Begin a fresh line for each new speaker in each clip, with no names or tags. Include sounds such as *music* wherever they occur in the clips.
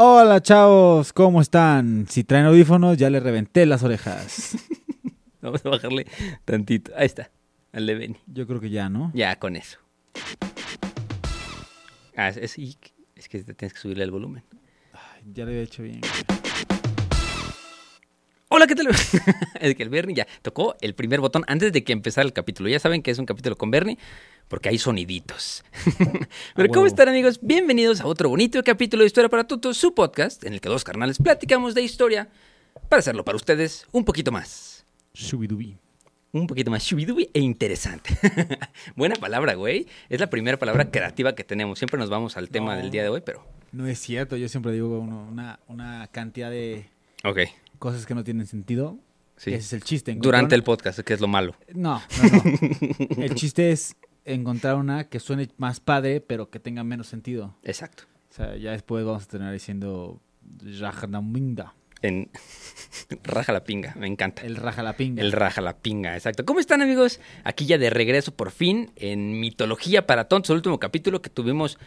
Hola chavos, ¿cómo están? Si traen audífonos, ya les reventé las orejas.
*laughs* Vamos a bajarle tantito. Ahí está. Al de Benny.
Yo creo que ya, ¿no?
Ya, con eso. Ah, es, es- y- es que te tienes que subirle el volumen.
Ay, ya lo había hecho bien.
Hola, ¿qué tal? *laughs* es que el Bernie ya tocó el primer botón antes de que empezara el capítulo. Ya saben que es un capítulo con Bernie porque hay soniditos. *laughs* Pero
A huevo.
¿cómo están amigos? Bienvenidos a otro bonito capítulo de Historia para Tutos, su podcast en el que dos carnales platicamos de historia para hacerlo para ustedes un poquito más.
Subidubi.
un poquito más shubidubi e interesante. *laughs* Buena palabra, güey. Es la primera palabra creativa que tenemos. Siempre nos vamos al tema
No.
del día de hoy, pero.
No es cierto, yo siempre digo uno- una, una cantidad de
Ok.
cosas que no tienen sentido.
Sí.
Ese es el chiste.
Durante el
encontrar-
podcast, que es lo malo.
No, no, no. el chiste es encontrar una que suene más padre, pero que tenga menos sentido.
Exacto.
O sea, ya después vamos a terminar diciendo Rajanaminda,
En *laughs* Raja la pinga, me encanta.
el Rajalapinga.
El raja la pinga, exacto. ¿Cómo están amigos? Aquí ya de regreso por fin en Mitología para Tontos, el último capítulo que tuvimos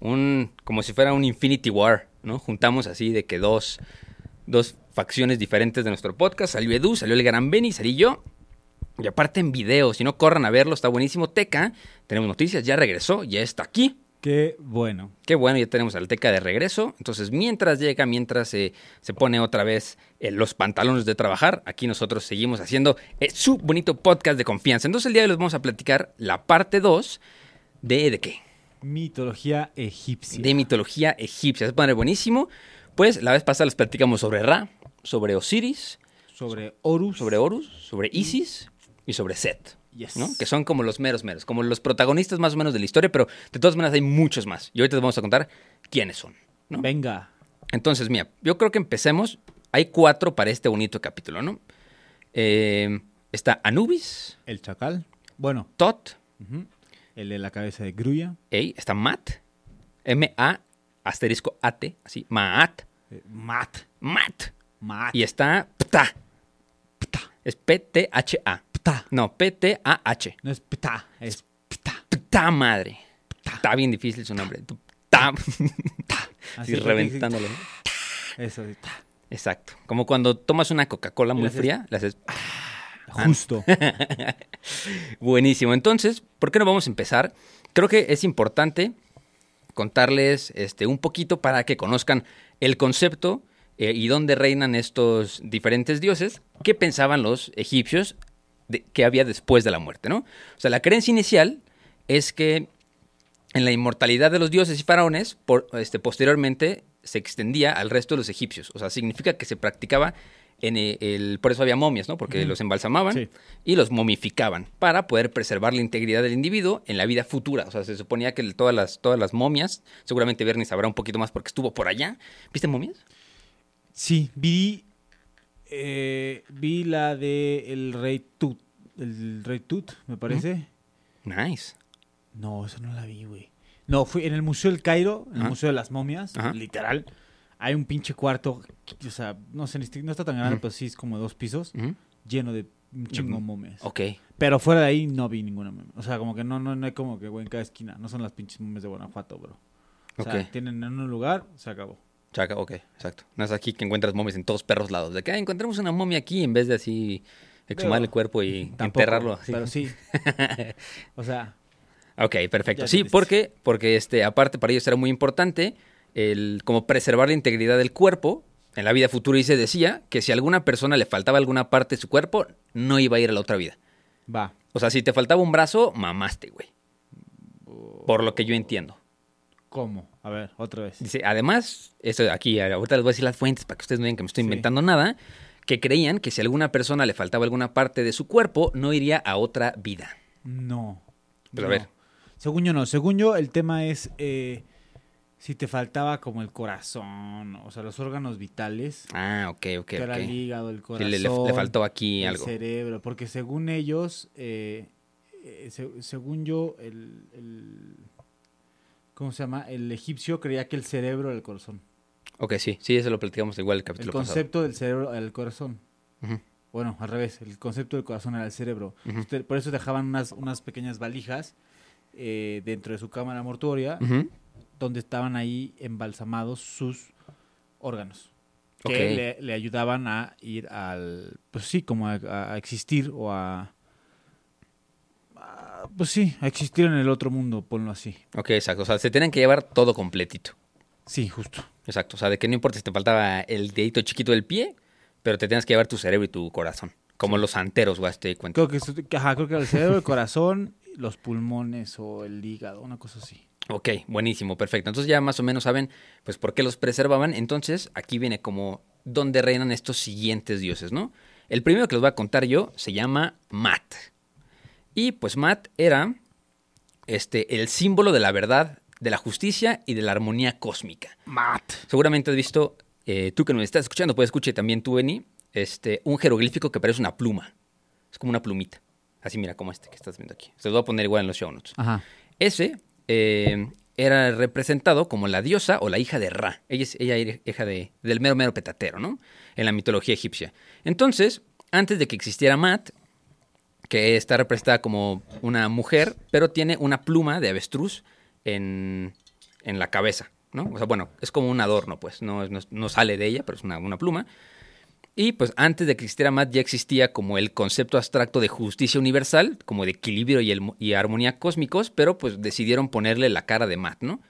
un, como si fuera un Infinity War, ¿no? Juntamos así de que dos, dos facciones diferentes de nuestro podcast, salió Edu, salió el Gran Benny, salí yo. Y aparte en video, si no corran a verlo, está buenísimo. Teca, tenemos noticias, ya regresó, ya está aquí.
Qué bueno.
Qué bueno, ya tenemos al Teca de regreso. Entonces, mientras llega, mientras eh, se pone otra vez eh, los pantalones de trabajar, aquí nosotros seguimos haciendo eh, su bonito podcast de confianza. Entonces, el día de hoy les vamos a platicar la parte 2 de ¿de qué?
Mitología egipcia.
De mitología egipcia. Se pone buenísimo. Pues la vez pasada les platicamos sobre Ra, sobre Osiris,
sobre Horus.
sobre Horus, sobre Isis y sobre Set.
Yes.
¿no? Que son como los meros meros, como los protagonistas más o menos de la historia, pero de todas maneras hay muchos más. Y ahorita les vamos a contar quiénes son. ¿no?
Venga.
Entonces, mira, yo creo que empecemos. Hay cuatro para este bonito capítulo, ¿no? Eh, está Anubis,
El chacal. Bueno,
Tot,
ujú, el de la cabeza de grulla.
ey, está Mat, M-A, asterisco A-T, así, Maat,
eh, Mat.
Mat.
Mat.
Y está Pta. Pta. Es P-T-H-A.
Ptah.
No, P-T-A-H.
No es pta, es pta.
Pta madre. Está bien difícil su nombre. Pta. Así *laughs*
Así,
reventándolo. ¿no?
Eso, sí, ta.
Exacto. Como cuando tomas una Coca-Cola
Y
muy
le haces-
fría, le haces Ah.
Justo.
*laughs* Buenísimo. Entonces, ¿por qué no vamos a empezar? Creo que es importante contarles este, un poquito para que conozcan el concepto eh, y dónde reinan estos diferentes dioses, qué pensaban los egipcios de- que había después de la muerte, ¿no? O sea, la creencia inicial es que en la inmortalidad de los dioses y faraones, por- este, posteriormente se extendía al resto de los egipcios. O sea, significa que se practicaba en e- el, por eso había momias, ¿no? Porque los embalsamaban
Sí.
y los momificaban para poder preservar la integridad del individuo en la vida futura. O sea, se suponía que todas las, todas las momias, seguramente Bernie sabrá un poquito más porque estuvo por allá. ¿Viste momias?
Sí, vi. eh, vi la de el rey Tut. El rey Tut, me parece.
Nice.
No, eso no la vi, güey. No, fui en el Museo del Cairo, en el
Ajá.
Museo de las Momias,
Ajá.
literal. Hay un pinche cuarto, o sea, no sé, ni siquiera- no está tan grande, pero sí es como dos pisos,
Ujú.
lleno de un chingo de momias.
Ok.
Pero fuera de ahí no vi ninguna momia. O sea, como que no, no, no hay como que, güey, en cada esquina. No son las pinches momias de Guanajuato, bro. O sea,
Ok.
tienen en un lugar, se acabó.
Chaca, ok, exacto. No es aquí que encuentras momias en todos perros lados. De que "Ah, encontramos una momia aquí en vez de así exhumar
Digo,
el cuerpo y
Tampoco,
enterrarlo. así.
Pero
*laughs*
sí. o sea,
Ok, perfecto.
Ya
Sí,
entendiste.
porque, porque este, aparte para ellos era muy importante el como preservar la integridad del cuerpo. En la vida futura y se decía que si a alguna persona le faltaba alguna parte de su cuerpo, no iba a ir a la otra vida.
va.
O sea, si te faltaba un brazo, mamaste, güey. Por lo que yo entiendo.
¿Cómo? A ver, otra vez.
Dice, además, esto de aquí, ahorita les voy a decir las fuentes para que ustedes no vean que me estoy
Sí.
inventando nada, que creían que si a alguna persona le faltaba alguna parte de su cuerpo, no iría a otra vida.
No.
Pero a
No.
ver.
Según yo no. Según yo, el tema es eh, si te faltaba como el corazón, o sea, los órganos vitales,
Ah, ok, ok,
que era el
ok.
hígado, el
Sí,
corazón.
le, le- le faltó aquí
el
algo.
cerebro, porque según ellos, eh, eh, se- según yo, el, el- ¿Cómo se llama? El egipcio creía que el cerebro era el corazón.
Ok, sí, sí, eso lo platicamos igual el
El
capítulo pasado.
concepto del cerebro era el corazón.
Ujú.
Bueno, al revés, el concepto del corazón era el cerebro.
Ujú.
Usted- por eso dejaban unas, unas pequeñas valijas eh, dentro de su cámara mortuoria,
Ujú.
donde estaban ahí embalsamados sus órganos. Que
Ok.
le, le ayudaban a ir al. Pues sí, como a, a existir o a, a- Pues sí, a existir en el otro mundo, ponlo así.
Ok, exacto. O sea, se tienen que llevar todo completito.
Sí, justo.
Exacto. O sea, de que no importa si te faltaba el dedito chiquito del pie, pero te tienes que llevar tu cerebro y tu corazón. Como los santeros, güey, te di cuenta.
Creo que, eso- que- ajá, creo que era el cerebro, el corazón, los pulmones o el hígado, una cosa así.
Ok, buenísimo, perfecto. Entonces ya más o menos saben, pues, por qué los preservaban. Entonces, aquí viene como donde reinan estos siguientes dioses, ¿no? El primero que les voy a contar yo se llama Mat. Y pues Mat era este, el símbolo de la verdad, de la justicia y de la armonía cósmica.
Mat.
Seguramente has visto, eh, tú que nos estás escuchando, puedes escuchar también tú, Eni, este, un jeroglífico que parece una pluma. Es como una plumita. Así mira, como este que estás viendo aquí. Se los voy a poner igual en los show notes.
Ajá.
Ese eh, era representado como la diosa o la hija de Ra. Ella, es- ella era hija de- del mero mero petatero, ¿no? En la mitología egipcia. Entonces, antes de que existiera Mat, que está representada como una mujer, pero tiene una pluma de avestruz en, en la cabeza, ¿no? O sea, bueno, es como un adorno, pues, no, es- no es- no sale de ella, pero es una, una pluma. Y pues antes de que existiera Matt ya existía como el concepto abstracto de justicia universal, como de equilibrio y, el- y armonía cósmicos, pero pues decidieron ponerle la cara de Matt, ¿no?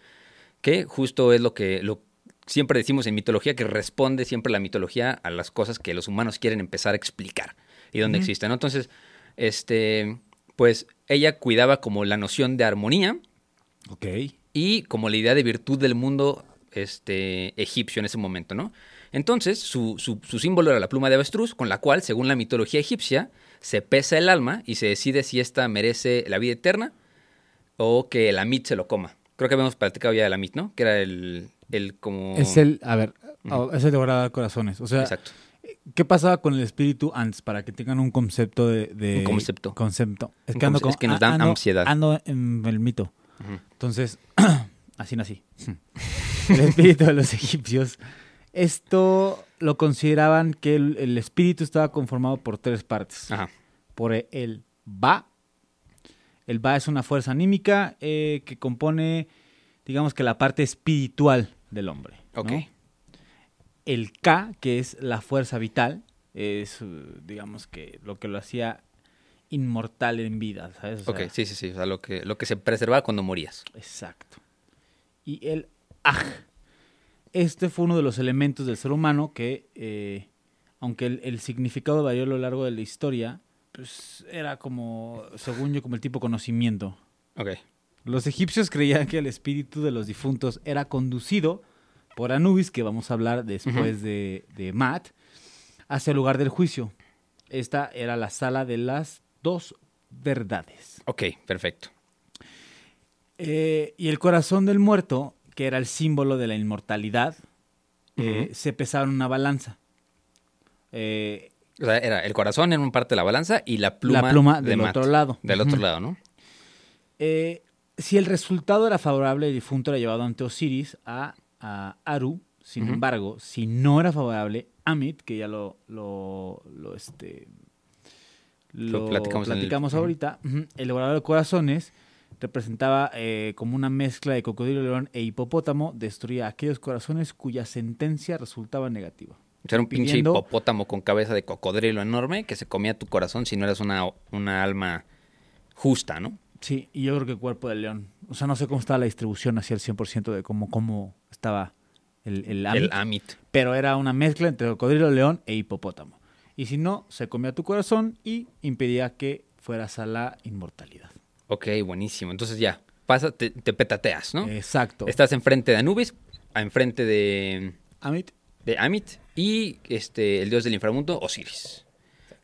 Que justo es lo que lo, siempre decimos en mitología, que responde siempre la mitología a las cosas que los humanos quieren empezar a explicar y donde existen, ¿no? Entonces, este, pues ella cuidaba como la noción de armonía,
Ok.
y como la idea de virtud del mundo este, egipcio en ese momento, ¿no? Entonces, su, su- su símbolo era la pluma de avestruz, con la cual, según la mitología egipcia, se pesa el alma y se decide si ésta merece la vida eterna o que el amit se lo coma. Creo que habíamos platicado ya del amit, ¿no? Que era el, el como...
Es el, a ver, es el devorador de corazones. O sea,
Exacto.
¿qué pasaba con el espíritu antes? Para que tengan un concepto de... de-
Un concepto.
Concepto. Es
Un
que, ando
conce-
con-
es que nos
a-
dan
ando-
ansiedad.
Ando en el mito. Entonces, *clears throat* así nací. *laughs* El espíritu de los egipcios. Esto lo consideraban que el, el espíritu estaba conformado por tres partes.
Ajá.
Por e, el Ba. El Ba es una fuerza anímica eh, que compone, digamos que la parte espiritual del hombre. ¿no?
Ok.
el K, que es la fuerza vital, es, eh, digamos que lo que lo hacía inmortal en vida, ¿sabes? O
ok,
sea,
sí, sí, sí. O sea, lo que, lo que se preservaba cuando morías.
Exacto. Y el Aj. Este fue uno de los elementos del ser humano que, eh, aunque el, el significado varió a lo largo de la historia, pues era como, según yo, como el tipo conocimiento.
Ok.
Los egipcios creían que el espíritu de los difuntos era conducido por Anubis, que vamos a hablar después de, de Matt, hacia el lugar del juicio. Esta era la sala de las dos verdades.
Ok, perfecto.
Eh, y el corazón del muerto, que era el símbolo de la inmortalidad, eh, se pesaba en una balanza. Eh,
O sea, era el corazón en una parte de la balanza y la pluma,
pluma
de
del
Maat.
otro lado.
Del otro lado, ¿no?
Eh, si el resultado era favorable, el difunto era llevado ante Osiris a, a Aru. Sin
Ujú.
embargo, si no era favorable, Amit, que ya lo, lo, lo, este,
Lo
lo platicamos,
platicamos en el- ujú.
ahorita, ujú, el devorador de corazones representaba eh, como una mezcla de cocodrilo, león e hipopótamo, destruía aquellos corazones cuya sentencia resultaba negativa.
O sea, Era un pinche
pidiendo-
hipopótamo con cabeza de cocodrilo enorme que se comía tu corazón si no eras una, una alma justa, ¿no?
Sí, y yo creo que el cuerpo del león. O sea, no sé cómo estaba la distribución hacia el 100% de cómo, cómo estaba el, el Amit.
El Amit.
pero era una mezcla entre cocodrilo, león e hipopótamo. Y si no, se comía tu corazón y impedía que fueras a la inmortalidad.
Ok, buenísimo. Entonces ya, pasa, te, te petateas, ¿no?
Exacto.
Estás enfrente de Anubis, a- enfrente de,
Amit,
de Amit y este, el dios del inframundo, Osiris,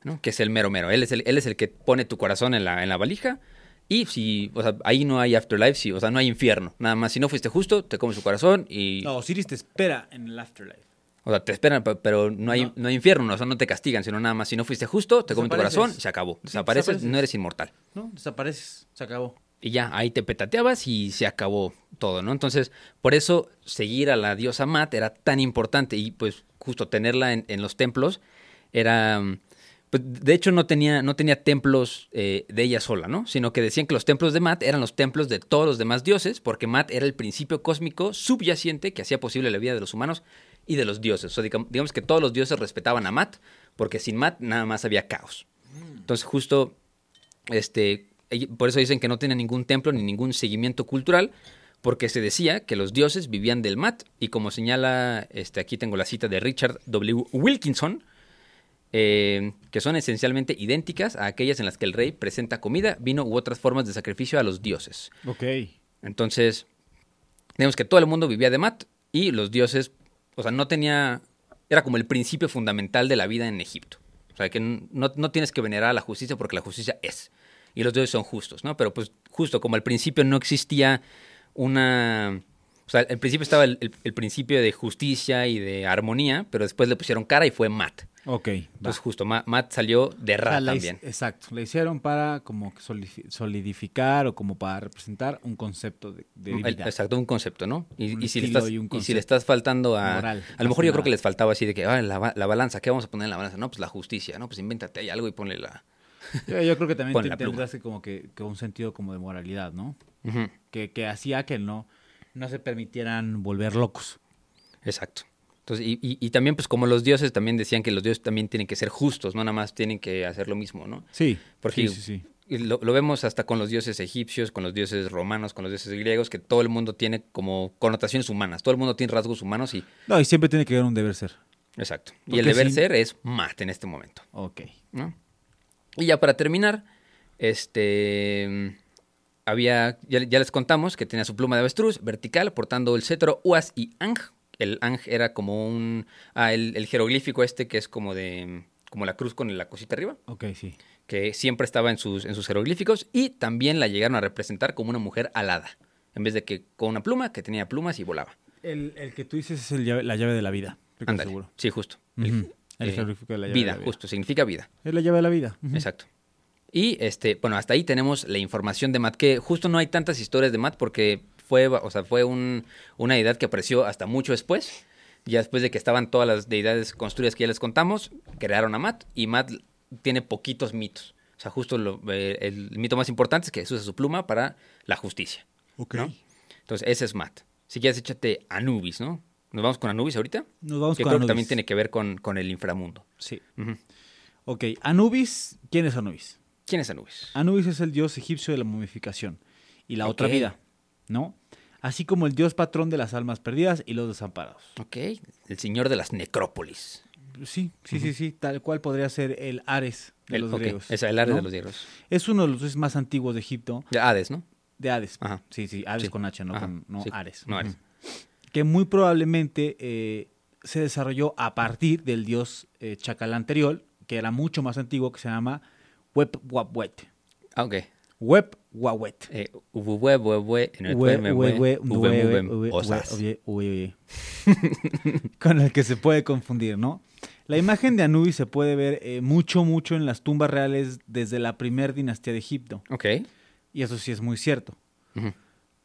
¿no? Que es el mero mero. Él es el, él es el que pone tu corazón en la, en la valija Y si, o sea, ahí no hay afterlife, si, o sea, no hay infierno. Nada más, si no fuiste justo, te come su corazón y.
No, Osiris te espera en el afterlife.
O sea, te esperan, pe- pero no hay,
No.
no. hay infierno, o sea, no te castigan, sino nada más. Si no fuiste justo, te come tu
Desapareces.
corazón y se acabó.
Sí,
Desapareces,
desapareces.
no eres inmortal.
No, desapareces, se acabó.
Y ya, ahí te petateabas y se acabó todo, ¿no? Entonces, por eso seguir a la diosa Mat era tan importante y pues justo tenerla en, en los templos era... mm, pues, de hecho, no tenía, no tenía templos eh, de ella sola, ¿no? Sino que decían que los templos de Mat eran los templos de todos los demás dioses, porque Mat era el principio cósmico subyacente que hacía posible la vida de los humanos y de los dioses. O sea, digam- digamos que todos los dioses respetaban a Mat, porque sin Mat nada más había caos. Entonces, justo este, ell- por eso dicen que no tiene ningún templo ni ningún seguimiento cultural, porque se decía que los dioses vivían del mat, y como señala, este, aquí tengo la cita de Richard W. Wilkinson, eh, que son esencialmente idénticas a aquellas en las que el rey presenta comida, vino u otras formas de sacrificio a los dioses.
Ok.
Entonces, digamos que todo el mundo vivía de mat, y los dioses, o sea, no tenía, era como el principio fundamental de la vida en Egipto. O sea, que n- no, no tienes que venerar a la justicia porque la justicia es. Y los dioses son justos, ¿no? Pero pues justo como al principio no existía una... O sea, al principio estaba el, el- el principio de justicia y de armonía, pero después le pusieron cara y fue Mat.
Ok. va.
Entonces justo, Ma- Mat salió de
O sea,
Ra
la his-
también.
Exacto. La hicieron para como que solifi- solidificar o como para representar un concepto de, de
El-
divinidad.
Exacto, un concepto, ¿no? Y,
Un
y si, le
estilo
estás,
y un
y si
concepto.
le estás faltando a...
Moral,
a
más
lo mejor
que
yo creo
nada.
que les faltaba así de que, ah, la, ba- la balanza, ¿qué vamos a poner en la balanza? No, pues la justicia, ¿no? Pues invéntate ahí algo y ponle la...
Yo, yo creo que también
Pon
te-
la pluma.
tendrás que como que, que un sentido como de moralidad, ¿no?
Ujú,
Que, que hacía que no, no se permitieran volver locos.
Exacto. Entonces, y, y- y también pues como los dioses también decían que los dioses también tienen que ser justos, no nada más tienen que hacer lo mismo, ¿no?
Sí.
Porque
sí, sí, sí.
y Lo, lo vemos hasta con los dioses egipcios, con los dioses romanos, con los dioses griegos, que todo el mundo tiene como connotaciones humanas, todo el mundo tiene rasgos humanos y...
No, y siempre tiene que haber un deber ser.
Exacto. Y
Porque
el deber
sí.
ser es Mat en este momento.
Ok.
¿no? Y ya para terminar, este había ya, ya les contamos que tenía su pluma de avestruz vertical portando el cetro Uas y Ang. El Ang era como un ah, el, el jeroglífico este que es como de como la cruz con la cosita arriba,
Ok, sí.
que siempre estaba en sus en sus jeroglíficos y también la llegaron a representar como una mujer alada, en vez de que con una pluma que tenía plumas y volaba.
El, el que tú dices es el llave- la llave de la vida. estoy casi
Ándale.
seguro.
Sí, justo.
Ujú. El
eh,
jeroglífico de la llave de
vida,
la vida.
justo, significa vida.
Es la llave de la vida. Ujú.
Exacto. Y este, bueno, hasta ahí tenemos la información de Matt, que justo no hay tantas historias de Matt porque fue, o sea, fue un- una deidad que apareció hasta mucho después. Ya después de que estaban todas las deidades construidas que ya les contamos, crearon a Matt y Matt tiene poquitos mitos. O sea, justo lo- eh, el mito más importante es que usa su pluma para la justicia.
Ok.
¿no? Entonces, ese es Matt. Si quieres, échate Anubis, ¿no? Nos vamos con Anubis ahorita.
Nos vamos
que
con
creo
Anubis.
que también tiene que ver con, con el inframundo.
Sí.
Ujú.
Ok. Anubis. ¿Quién es Anubis?
¿Quién es Anubis?
Anubis es el dios egipcio de la momificación y la otra
Ok.
vida, ¿no? Así como el dios patrón de las almas perdidas y los desamparados.
Ok, el señor de las necrópolis.
Sí, sí, sí, sí, tal cual podría ser el Ares de
El-
los
ok,
griegos.
Es el Ares
¿no?
de los griegos.
Es uno de los dioses más antiguos de Egipto,
De Hades, ¿no?
de Hades.
Ajá.
Sí, sí, Hades
Sí.
con H, no,
Ajá,
con, no
sí.
Ares.
No Ares.
Ujú. Que muy probablemente eh, se desarrolló a partir del dios eh, chacal anterior, que era mucho más antiguo, que se llama Wepwawet.
Ah, ok.
Wepwawet.
Eh, ububue, buebue,
Ue-
enuetue,
ue-
memue,
ue-
ubue,
ue-
mubem,
ue-
osas.
ue- ue- ue. *laughs* Con el que se puede confundir, ¿no? La imagen de Anubis se puede ver eh, mucho, mucho en las tumbas reales desde la primera dinastía de Egipto.
Ok.
Y eso sí es muy cierto.
Ujú.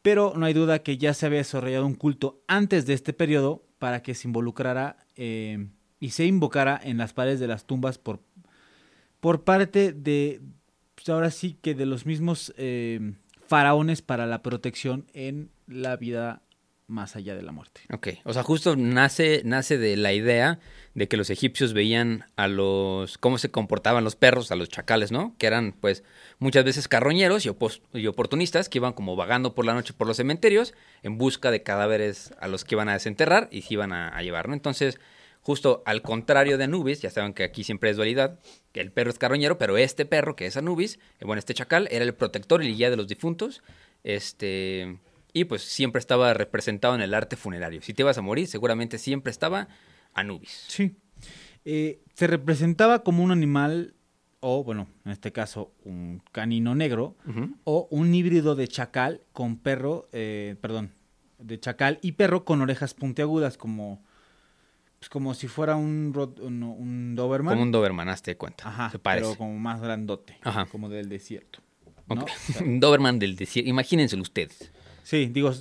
Pero no hay duda que ya se había desarrollado un culto antes de este periodo para que se involucrara eh, y se invocara en las paredes de las tumbas por, por parte de, pues ahora sí que de los mismos eh, faraones para la protección en la vida más allá de la muerte.
Ok. O sea, justo nace, nace de la idea de que los egipcios veían a los. cómo se comportaban los perros, a los chacales, ¿no? Que eran, pues, muchas veces carroñeros y, opos- y oportunistas que iban como vagando por la noche por los cementerios en busca de cadáveres a los que iban a desenterrar y se iban a, a llevar, ¿no? Entonces. Justo al contrario de Anubis, ya saben que aquí siempre es dualidad, que el perro es carroñero, pero este perro que es Anubis, eh, bueno, este chacal era el protector y el guía de los difuntos, este, y pues siempre estaba representado en el arte funerario. Si te ibas a morir, seguramente siempre estaba Anubis.
Sí. Eh, se representaba como un animal o, bueno, en este caso, un canino negro, o un híbrido de chacal con perro, eh, perdón, de chacal y perro con orejas puntiagudas, como, pues, como si fuera un, rot- un, un Doberman.
Como un Doberman, hazte de cuenta.
Ajá,
se parece.
pero como más grandote,
Ajá.
como del desierto. ¿no?
Ok. Un *laughs* Doberman del desierto. Imagínenselo ustedes.
Sí, digo,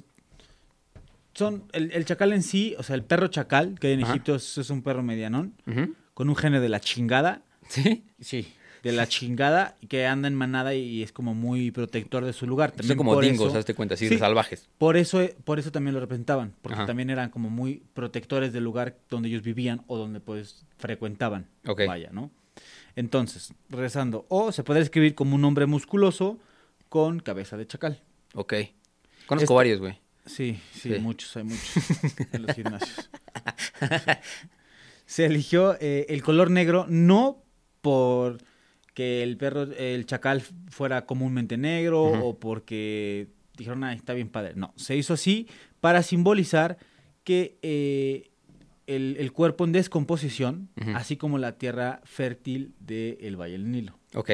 son el, el chacal en sí, o sea, el perro chacal que hay en
Ajá.
Egipto es, es un perro medianón,
Ujú.
con un género de la chingada.
¿Sí?
Sí. De la chingada, y que anda en manada y es como muy protector de su lugar. También
Son como
por
dingos,
eso-
hazte cuenta, así
Sí,
de salvajes.
Por eso, por eso también lo representaban, porque
Ajá.
también eran como muy protectores del lugar donde ellos vivían o donde pues frecuentaban.
Ok.
Vaya, ¿no? Entonces, regresando, o se puede escribir como un hombre musculoso con cabeza de chacal.
Ok. Conozco
Este-
varios, güey.
Sí, sí,
Sí.
muchos, hay muchos en los gimnasios. Se eligió eh, el color negro no por que el perro, el chacal fuera comúnmente negro o porque dijeron, ah, está bien padre. No, se hizo así para simbolizar que eh, el, el cuerpo en descomposición,
Ujú.
así como la tierra fértil del Valle del Nilo.
Ok.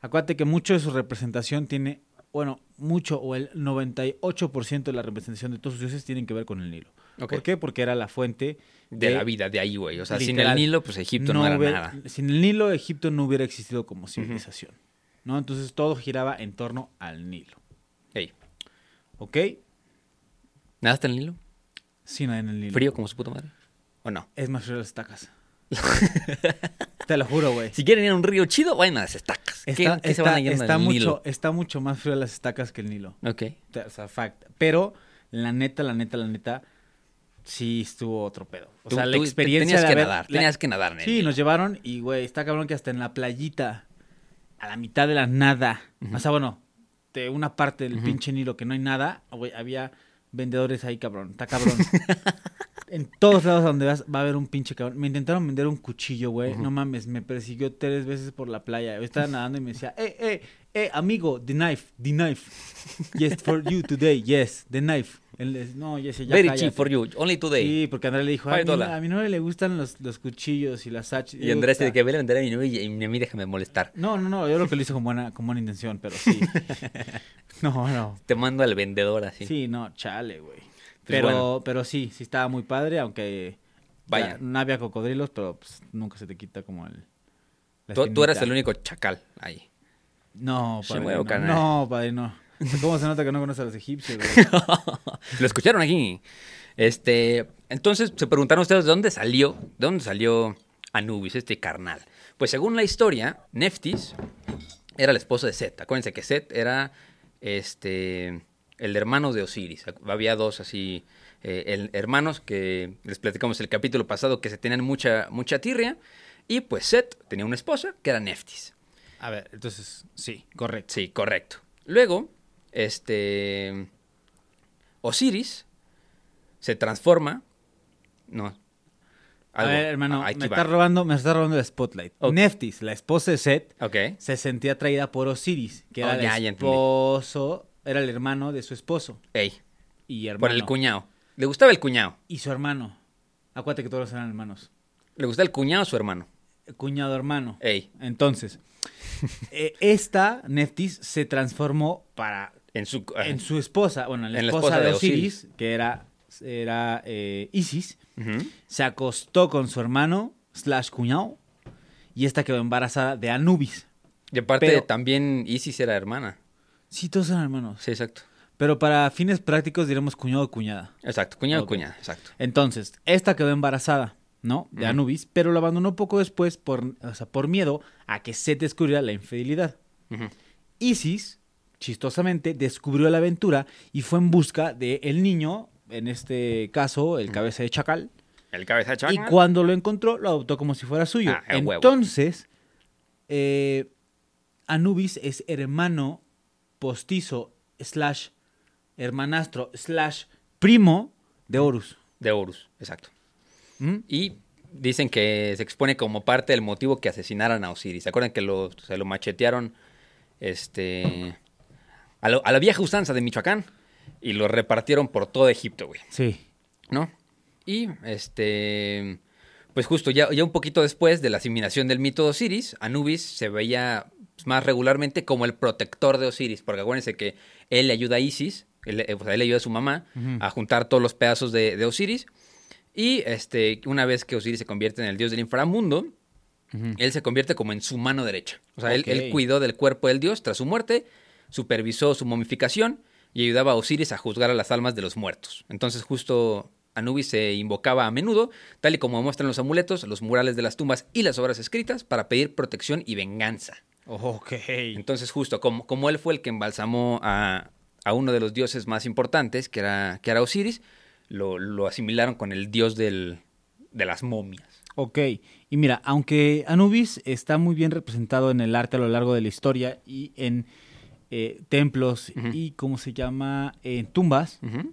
Acuérdate que mucho de su representación tiene, bueno, mucho o el 98% de la representación de todos sus dioses tienen que ver con el Nilo.
Ok.
¿Por qué? Porque era la fuente
De la vida, de ahí, güey. O sea, sin el
literal,
Nilo, pues Egipto no, era
hubiera-
nada.
Sin el Nilo, Egipto no hubiera existido como civilización. ¿No? Entonces todo giraba en torno al Nilo.
Ey.
¿Ok?
¿Nada está en el Nilo?
Sin nada en el Nilo.
¿Frío como su puta madre? ¿O no?
Es más frío las
*laughs*
estacas. Te lo juro, güey.
Si quieren ir a un río chido, vayan a las estacas. ¿Qué,
Está,
qué se
está-
van a ir
está
en el
mucho,
Nilo?
está mucho más frío las estacas que el Nilo.
Ok.
Te- O sea, fact. Pero la neta, la neta, la neta, sí estuvo otro pedo. O
Tú-
sea, la
tú
experiencia
tenías
de
que
haber-
nadar,
la-
tenías que nadar, nene.
Sí, nos llevaron y, güey, está cabrón que hasta en la playita, a la mitad de la nada, o sea, bueno, de este, una parte del pinche Nilo que no hay nada, güey, había vendedores ahí, cabrón. Está cabrón. *laughs* En todos lados donde vas va a haber un pinche cabrón. Me intentaron vender un cuchillo, güey. No mames, me persiguió tres veces por la playa. Yo estaba nadando y me decía, eh, eh, eh, amigo, the knife, the knife. Yes, for you today, yes, the knife. Él les- no, ya sé, ya
Very
cállate.
cheap for you. Only today.
Sí, porque Andrés le dijo,
Five
"Ay, mi-
dollar.
a mi novia le gustan los, los cuchillos y las hachas.
y Andrés de que vele vender a mi novia y y a mí déjame molestar.
No, no, no, yo creo que lo hice con buena, con buena intención, pero
*laughs*
sí. No, no.
Te mando al vendedor así.
Sí, no, chale, güey. Pero,
Pues bueno.
pero sí, sí estaba muy padre, aunque
Vaya.
ya no había cocodrilos, pero pues, nunca se te quita como el... la
Tú, tú eras
espinita.
el único chacal ahí.
No,
Se
padre,
mueve,
no.
carnal.
no, padre, no. O sea, ¿Cómo se nota que no conoces a los egipcios,
*laughs*
güey?
Lo escucharon aquí. Este, entonces se preguntaron ustedes de dónde salió, de dónde salió Anubis, este carnal. Pues según la historia, Neftis era la esposa de Set. Acuérdense que Set era este el hermano de Osiris. Había dos así eh, el- hermanos que les platicamos el capítulo pasado que se tenían mucha mucha tirria y pues Set tenía una esposa que era Neftis.
A ver, entonces, sí, correcto.
Sí, correcto. Luego, este. Osiris se transforma. No. Algo.
A ver, hermano,
Ah, aquí
me
va.
estás robando, me está robando el spotlight.
Ok.
Neftis, la esposa de Seth,
Ok.
se sentía atraída por Osiris, que era
Oh, ya,
el
ya entendí.
esposo, era el hermano de su esposo
Ey.
y hermano.
Por el cuñado. ¿Le gustaba el cuñado?
Y su hermano. Acuérdate que todos eran hermanos.
¿Le gustaba el cuñado o su hermano?
Cuñado hermano.
Ey.
Entonces, *laughs* eh, esta Neftis se transformó para
En su.
en su esposa, bueno, en la,
En
esposa, de Osiris, que era, era eh, Isis,
Ujú.
se acostó con su hermano slash cuñado y esta quedó embarazada de Anubis.
Y aparte,
Pero-
también Isis era hermana.
Sí, todos eran hermanos.
Sí, exacto.
Pero para fines prácticos diremos cuñado o cuñada.
Exacto. Cuñado o
Ok.
cuñada. Exacto.
Entonces, esta quedó embarazada, ¿no? De Anubis, pero lo abandonó poco después por, o sea, por miedo a que se descubriera la infidelidad.
Ujú.
Isis, chistosamente, descubrió la aventura y fue en busca del el niño, en este caso, el cabeza de chacal.
El cabeza de
Y
chacal.
cuando lo encontró, lo adoptó como si fuera suyo.
Ah, el huevo.
Entonces, eh, Anubis es hermano postizo, slash hermanastro, slash primo de Horus.
De Horus. Exacto.
¿Mm?
Y dicen que se expone como parte del motivo que asesinaran a Osiris. ¿Se acuerdan que lo- se lo machetearon este, a, lo- a la vieja usanza de Michoacán? Y lo repartieron por todo Egipto, güey.
Sí.
¿No? Y este. pues justo ya, ya un poquito después de la asimilación del mito de Osiris, Anubis se veía pues, más regularmente como el protector de Osiris, porque acuérdense que él le ayuda a Isis, él, eh, o sea, él le ayuda a su mamá a juntar todos los pedazos de, de Osiris, y este, una vez que Osiris se convierte en el dios del inframundo, él se convierte como en su mano derecha. O sea, él- él,
Ok.
cuidó del cuerpo del dios tras su muerte, supervisó su momificación y ayudaba a Osiris a juzgar a las almas de los muertos. Entonces justo Anubis se invocaba a menudo, tal y como muestran los amuletos, los murales de las tumbas y las obras escritas, para pedir protección y venganza.
Ok.
Entonces, justo como, como él fue el que embalsamó a, a uno de los dioses más importantes, que era, que era Osiris, lo, lo asimilaron con el dios del- de las momias.
Ok, y mira, aunque Anubis está muy bien representado en el arte a lo largo de la historia y en eh, templos y, ¿cómo se llama?, en tumbas,
Ujú.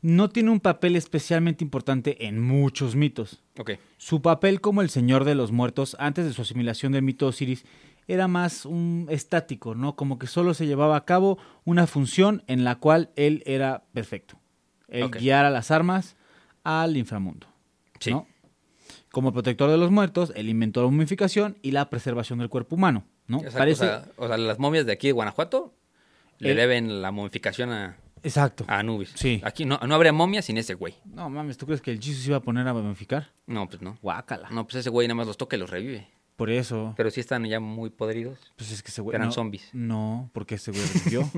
no tiene un papel especialmente importante en muchos mitos.
Ok.
Su papel como el señor de los muertos antes de su asimilación del mito Osiris era más un estático, ¿no? Como que solo se llevaba a cabo una función en la cual él era perfecto. El
Ok.
guiar a las armas al inframundo.
Sí.
¿no? Como protector de los muertos, él inventó la momificación y la preservación del cuerpo humano, ¿no?
Exacto,
Parece-
o, sea, o sea, las momias de aquí de Guanajuato le
El-
deben la momificación a,
Exacto.
a Anubis.
Sí.
Aquí no, no habría momia sin ese güey.
No mames, ¿tú crees que el Jesus iba a poner a momificar?
No, pues no.
Guácala.
No, pues ese güey nada más los toca y los revive.
Por eso.
Pero sí están ya muy podridos.
Pues es que ese güey.
Eran
no,
zombies.
No, porque ese güey
*laughs*
revivió.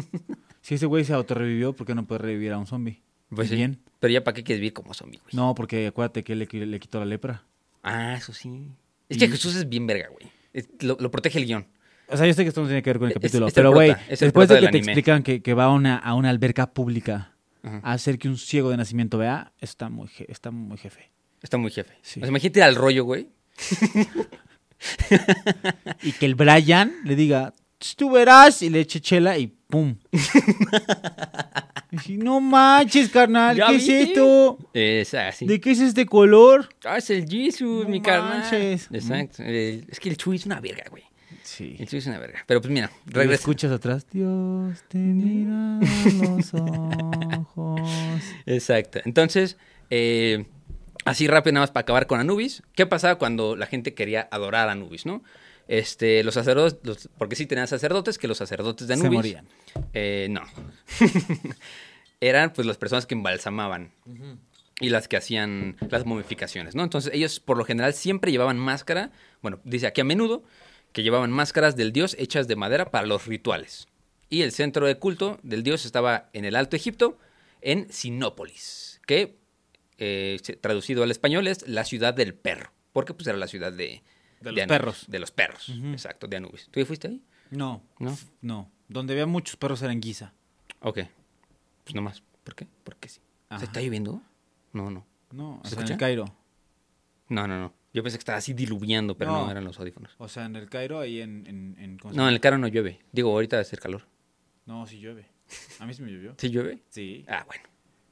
si ese güey se autorrevivió, ¿por qué no puede revivir a un zombie?
Pues sí.
Bien.
Pero ya para qué quieres vivir como zombie, güey.
No, porque acuérdate que él le, le quitó la lepra.
Ah, eso sí. Es que Jesús es bien verga, güey. Es- Lo, lo protege el guión.
O sea, yo sé que esto no tiene que ver con el
Es-
capítulo,
es el
pero
prota,
güey,
es el
después
prota
de que
del
te
anime.
explican que, que va a una, a una alberca pública
Ah,
a hacer que un ciego de nacimiento vea, eso está muy, je- está muy jefe.
Está muy jefe.
Sí.
O sea, imagínate ir al rollo, güey.
Y que el Brian le diga, "Tss, tú verás, y le eche chela y pum. Y dije, no manches, carnal,
¿Ya
¿qué es
viste?
esto?
Es así.
¿De qué es este color?
Ah, es el Jesús,
No
mi carnal.
manches.
Exacto. El- es que el Chuy es una verga, güey.
Sí.
El Chuy es una verga. Pero pues mira,
Y le
regresa.
escuchas atrás, Dios te mira los ojos.
Exacto. Entonces, eh, así rápido nada más para acabar con Anubis. ¿Qué pasaba cuando la gente quería adorar a Anubis, no? Este, los sacerdotes, los- porque sí tenían sacerdotes, que los sacerdotes de
Se
Anubis...
morían.
Eh, no. *laughs* Eran pues las personas que embalsamaban y las que hacían las momificaciones, ¿no? Entonces ellos por lo general siempre llevaban máscara, bueno, dice aquí a menudo, que llevaban máscaras del dios hechas de madera para los rituales. Y el centro de culto del dios estaba en el Alto Egipto, en Sinópolis, que eh, se- traducido al español es la ciudad del perro, porque pues era la ciudad de...
De los
Anubis,
perros.
De los perros, exacto, de Anubis. ¿Tú ya fuiste ahí?
No,
¿No?
f- no. Donde había muchos perros era en Guisa.
Ok. Pues nomás. ¿Por qué? Porque sí.
Ajá.
¿Se está lloviendo? No, no.
No, o
¿Se
sea, en
escucha?
el Cairo.
No, no, no. Yo pensé que estaba así diluviando, pero no,
No.
eran los audífonos.
O sea, en el Cairo ahí en... en, en- ¿cómo se
No,
llama?
en el carro no llueve. Digo, ahorita va a hacer calor.
No, sí
*laughs*
llueve. A mí sí me llovió.
¿Sí llueve?
Sí.
Ah, bueno.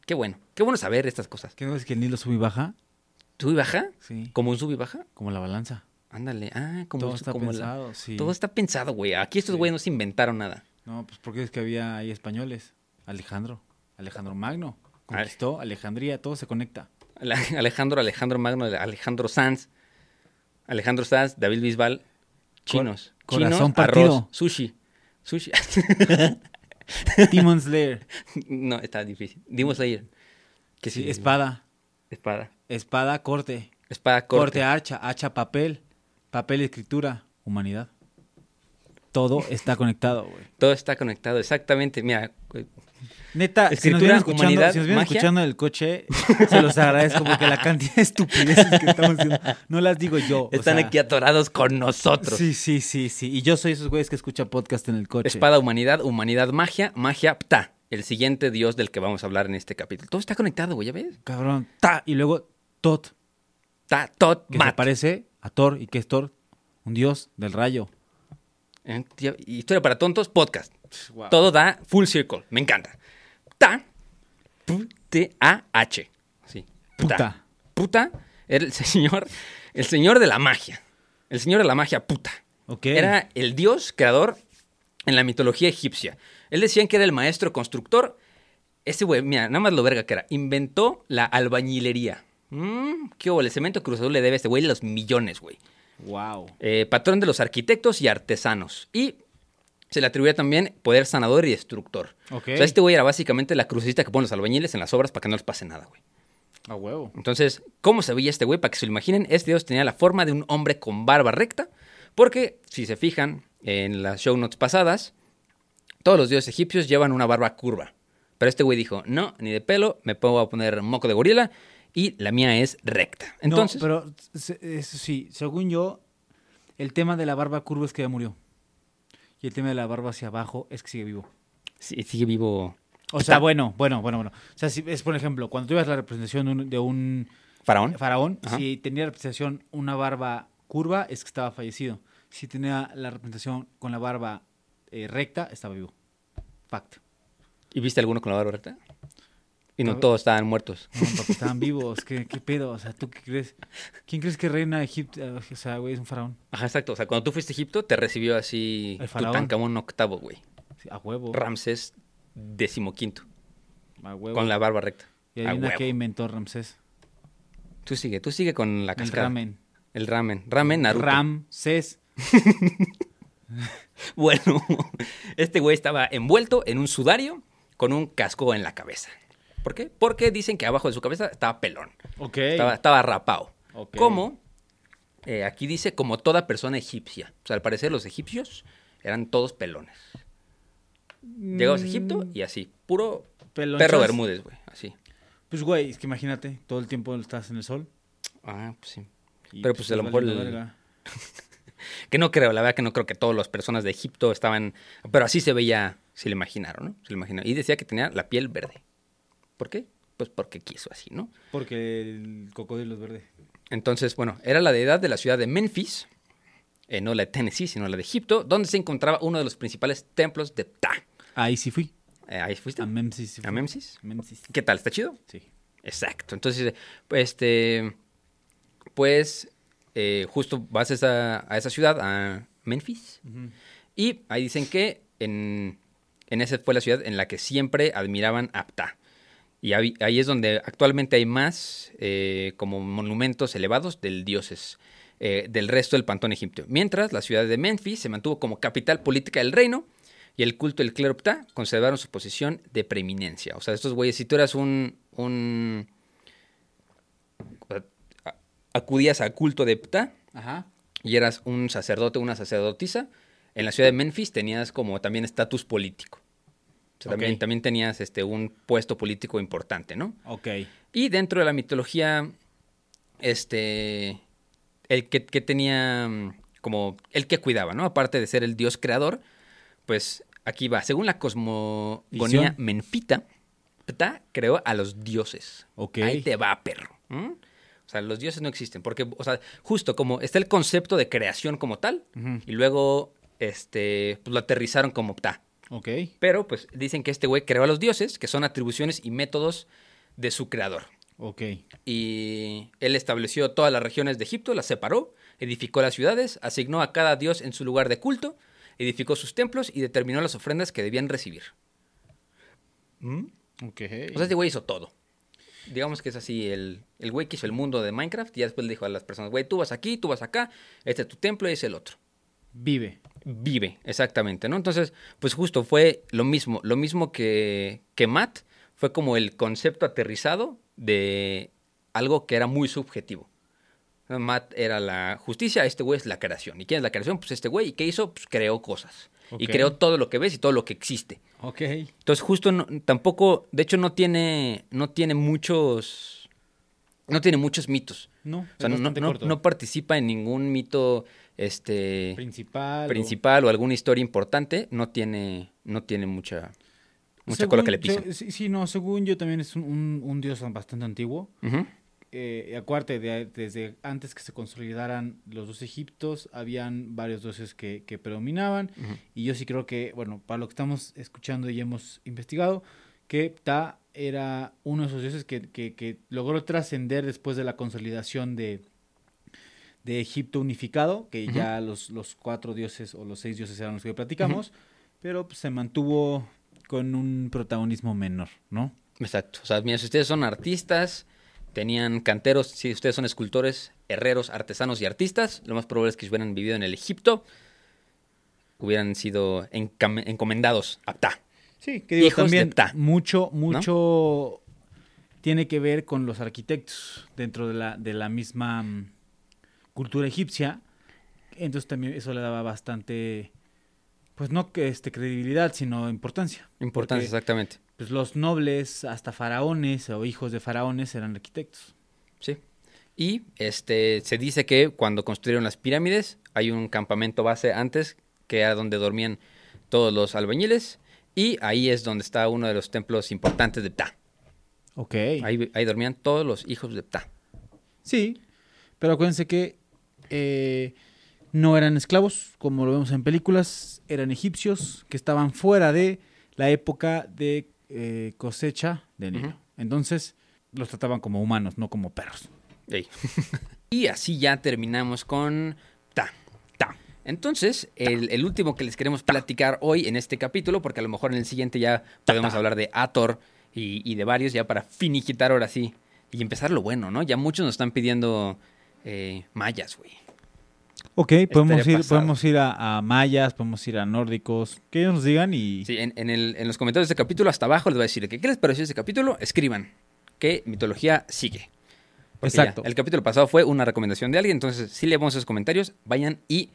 Qué bueno. Qué bueno saber estas cosas.
¿Qué no es que el Nilo sube y baja?
¿Sub y baja?
Sí.
¿Como un sub y baja?
Como la balanza.
Ándale. Ah, como
Todo
el-
está
como la-
pensado, sí.
Todo está pensado, güey. Aquí estos
Sí.
güeyes no se inventaron nada.
No, pues porque es que había ahí españoles. Alejandro. Alejandro Magno.
Ay.
Conquistó Alejandría. Todo se conecta. *laughs*
Ale- Alejandro, Alejandro Magno, Alejandro Sanz, Alejandro Sanz, David Bisbal, chinos.
Cor-
chinos,
corazón partido.
arroz, sushi. Sushi. *laughs*
Demon Slayer.
No, está difícil. Demon Slayer. Que sí,
Sí, espada.
espada.
Espada, corte.
Espada
Corte,
corte.
hacha. Hacha, papel. Papel, escritura. Humanidad. Todo está conectado, güey.
Todo está conectado, exactamente. Mira, güey,
Neta,
Escritura,
si nos vienen escuchando,
humanidad,
si nos vienen
magia.
escuchando en el coche, se los agradezco porque la cantidad de estupideces que estamos haciendo, no las digo yo. o
están
sea,
aquí atorados con nosotros.
Sí, sí, sí, sí. Y yo soy esos güeyes que escuchan podcast en el coche.
Espada, humanidad, humanidad, magia, magia, pta. El siguiente dios del que vamos a hablar en este capítulo. Todo está conectado, güey, ¿ya ves?
Cabrón, ta. Y luego Tot,
Ta, tot,
que se
mat.
parece a Thor. ¿Y qué es Thor? Un dios del rayo.
Eh, ya- Historia para tontos, podcast.
guau.
Todo da full circle. Me encanta. Ta, pu- T, A, H. Sí.
Puta.
Puta era el señor, el señor de la magia. El señor de la magia puta.
Ok.
Era el dios creador en la mitología egipcia. Él decían que era el maestro constructor. Ese güey, mira, nada más lo verga que era. Inventó la albañilería. Mm, ¿Qué hubo? El cemento Cruz Azul le debe a este güey los millones, güey.
Wow.
Eh, patrón de los arquitectos y artesanos. Y se le atribuía también poder sanador y destructor.
Ok.
O sea, este güey era básicamente la crucecita que ponen los albañiles en las obras para que no les pase nada, güey.
A huevo.
Entonces, ¿cómo se veía este güey? Para que se lo imaginen, este dios tenía la forma de un hombre con barba recta, porque si se fijan en las show notes pasadas, todos los dioses egipcios llevan una barba curva. Pero este güey dijo, no, ni de pelo, me pongo a poner moco de gorila y la mía es recta. Entonces,
No, pero se- eso sí, según yo, el tema de la barba curva es que ya murió. Y el tema de la barba hacia abajo es que sigue vivo.
sí, sigue vivo
O sea, bueno, bueno, bueno, bueno. O sea, si es por ejemplo, cuando tú ibas la representación de un, de un
Faraón.
faraón,
Ajá.
si tenía la representación una barba curva, es que estaba fallecido. Si tenía la representación con la barba eh, recta, estaba vivo. Fact.
¿Y viste alguno con la barba recta? Y
A
no
ver.
todos estaban muertos.
No, papá, estaban vivos. ¿Qué, ¿Qué pedo? O sea, ¿tú qué crees? ¿Quién crees que reina Egipto? Ah, O sea, güey, es un faraón.
Ajá, exacto. O sea, cuando tú fuiste a Egipto, te recibió así
El faraón. Oh.
Tutankamón octavo, güey.
Sí, A huevo.
Ramsés decimoquinto.
A huevo.
Con la barba recta.
Oh. Y
A
adivina
huevo.
qué inventó Ramsés.
Tú sigue, tú sigue con la
El
cascada.
ramen.
El ramen. Ramen Naruto.
Ramsés.
*laughs* Bueno, *laughs* este güey estaba envuelto en un sudario con un casco en la cabeza. ¿Por qué? Porque dicen que abajo de su cabeza estaba pelón.
Ok.
Estaba, estaba rapado.
Ok.
Como, eh, aquí dice, como toda persona egipcia. O sea, al parecer los egipcios eran todos pelones. Llegamos
Mm.
a Egipto y así, puro
Pelonchas.
perro Bermúdez, güey, así.
Pues, güey, es que imagínate, todo el tiempo estás en el sol.
Ah, pues sí.
y,
Pero pues a
te
lo
vale
mejor
una
el-
verga.
Que no creo, la verdad que no creo que todas las personas de Egipto estaban... Pero así se veía, se lo imaginaron, ¿no? Se lo imaginaron. Y decía que tenía la piel verde. ¿Por qué? Pues porque quiso así, ¿no?
Porque el cocodrilo es verde.
Entonces, bueno, era la deidad de la ciudad de Memphis, eh, no la de Tennessee, sino la de Egipto, donde se encontraba uno de los principales templos de Ptah.
Ahí sí fui.
Eh, ¿Ahí fuiste?
A Memphis. sí
¿A
fui.
Memphis?
Memphis.
¿Qué tal? ¿Está chido?
Sí.
Exacto. Entonces, eh, pues, este, pues, eh, justo vas a esa, a esa ciudad, a Memphis, y ahí dicen que en, en esa fue la ciudad en la que siempre admiraban a Ptah. Y ahí, ahí es donde actualmente hay más eh, como monumentos elevados del dioses eh, del resto del pantón egipcio. Mientras la ciudad de Memphis se mantuvo como capital política del reino y el culto del clero Ptah conservaron su posición de preeminencia. O sea, estos güeyes, si tú eras un... un o sea, a- acudías al culto de Ptah
Ajá.
y eras un sacerdote o una sacerdotisa, en la ciudad de Memphis tenías como también estatus político. O sea, también,
Ok.
también tenías este, un puesto político importante, ¿no?
Ok.
Y dentro de la mitología, este, el que, que tenía mm, como el que cuidaba, ¿no? Aparte de ser el dios creador, pues aquí va. Según la cosmogonía
Visión.
menfita, Ptah creó a los dioses.
Ok.
Ahí te va, perro. ¿m? O sea, los dioses no existen. Porque, o sea, justo como está el concepto de creación como tal, y luego este, pues, lo aterrizaron como Ptah.
Ok.
Pero pues dicen que este güey creó a los dioses, que son atribuciones y métodos de su creador.
Ok.
Y él estableció todas las regiones de Egipto, las separó, edificó las ciudades, asignó a cada dios en su lugar de culto, edificó sus templos y determinó las ofrendas que debían recibir.
Mm. Ok.
O sea, este güey hizo todo. Digamos que es así, el, el güey que hizo el mundo de Minecraft y ya después le dijo a las personas, güey, tú vas aquí, tú vas acá, este es tu templo y es el otro.
Vive.
vive, exactamente, ¿no? Entonces, pues justo fue lo mismo, lo mismo que, que Matt, fue como el concepto aterrizado de algo que era muy subjetivo. Matt era la justicia, este güey es la creación. ¿Y quién es la creación? Pues este güey. ¿Y qué hizo? Pues creó cosas. Y
Ok.
creó todo lo que ves y todo lo que existe.
Ok.
Entonces, justo no- tampoco, de hecho, no tiene, no tiene muchos, no tiene muchos mitos.
No,
O
es
sea, no, no,
bastante
no-
corto.
no participa en ningún mito, este
Principal. o-
principal o alguna historia importante, no tiene, no tiene mucha, mucha cola que le
Según-
pisen.
se- Sí, sí, no, según yo también es un, un- un dios bastante antiguo.
Ujú.
Eh, acuérdate, de- desde antes que se consolidaran los dos Egiptos, habían varios dioses que, que predominaban. Y yo sí creo que, bueno, para lo que estamos escuchando y hemos investigado, que Ptah era uno de esos dioses que, que- que logró trascender después de la consolidación de, de Egipto unificado, que ya los, los cuatro dioses o los seis dioses eran los que platicamos, pero pues, se mantuvo con un protagonismo menor, ¿no?
Exacto. O sea, mira, si ustedes son artistas, Tenían canteros, si ustedes son escultores, herreros, artesanos y artistas, lo más probable es que hubieran vivido en el Egipto, hubieran sido encam- encomendados a Ptah.
Sí, que digo,
Hijos de
también
Ptah.
mucho, mucho tiene que ver con los arquitectos dentro de la, de la misma mm, cultura egipcia. Entonces también eso le daba bastante, pues no que, este, credibilidad, sino importancia.
Importancia,
Porque,
exactamente.
pues, los nobles, hasta faraones o hijos de faraones eran arquitectos.
Sí. Y este se dice que cuando construyeron las pirámides, hay un campamento base antes, que era donde dormían todos los albañiles, y ahí es donde está uno de los templos importantes de Ptah.
Ok.
Ahí, ahí dormían todos los hijos de Ptah.
Sí, pero acuérdense que eh, no eran esclavos, como lo vemos en películas, eran egipcios que estaban fuera de la época de eh, cosecha del niño. Entonces los trataban como humanos, no como perros.
Ey. *laughs* y así ya terminamos con Ta. Ta. Entonces, el, el último que les queremos platicar hoy en este capítulo, porque a lo mejor en el siguiente ya podemos hablar de Ator y, y de varios, ya para finiquitar ahora sí. Y empezar lo bueno, ¿no? Ya muchos nos están pidiendo eh, mayas, güey.
Ok,
podemos
podemos
Estaría
ir,
ir- pasado. podemos
a, mayas, podemos ir a nórdicos, que ellos nos digan y...
Sí, en, en el- en los comentarios de este capítulo, hasta abajo les voy a decir que qué les pareció este capítulo. Escriban qué mitología sigue. Porque ya,
Exacto.
el capítulo pasado fue una recomendación de alguien, entonces si leemos esos comentarios, vayan y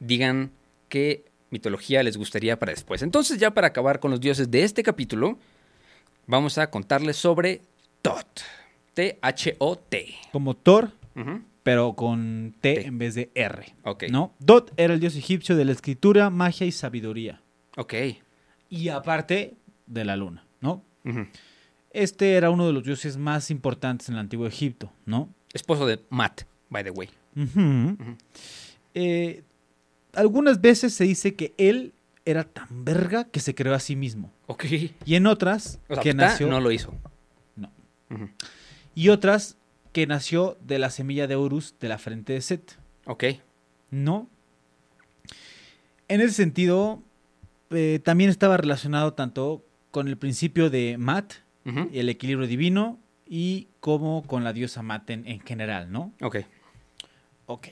digan qué mitología les gustaría para después. Entonces ya para acabar con los dioses de este capítulo, vamos a contarles sobre Tot. T-H-O-T.
Como Thor,
Ujú.
pero con T,
T.
en vez de R.
Ok.
¿No? Dot era el dios egipcio de la escritura, magia y sabiduría.
Ok.
Y aparte de la luna, ¿no?
Ujú.
Este era uno de los dioses más importantes en el antiguo Egipto, ¿no?
Esposo de Matt, by the way.
Eh, algunas veces se dice que él era tan verga que se creó a sí mismo.
Ok.
Y en otras
O sea,
que
Ptah
nació.
no lo hizo.
No.
Ujú.
Y otras que nació de la semilla de Horus de la frente de Set.
Ok.
¿No? En ese sentido, eh, también estaba relacionado tanto con el principio de Mat,
Ujú.
el equilibrio divino, y como con la diosa Maten en general, ¿no?
Ok.
Ok.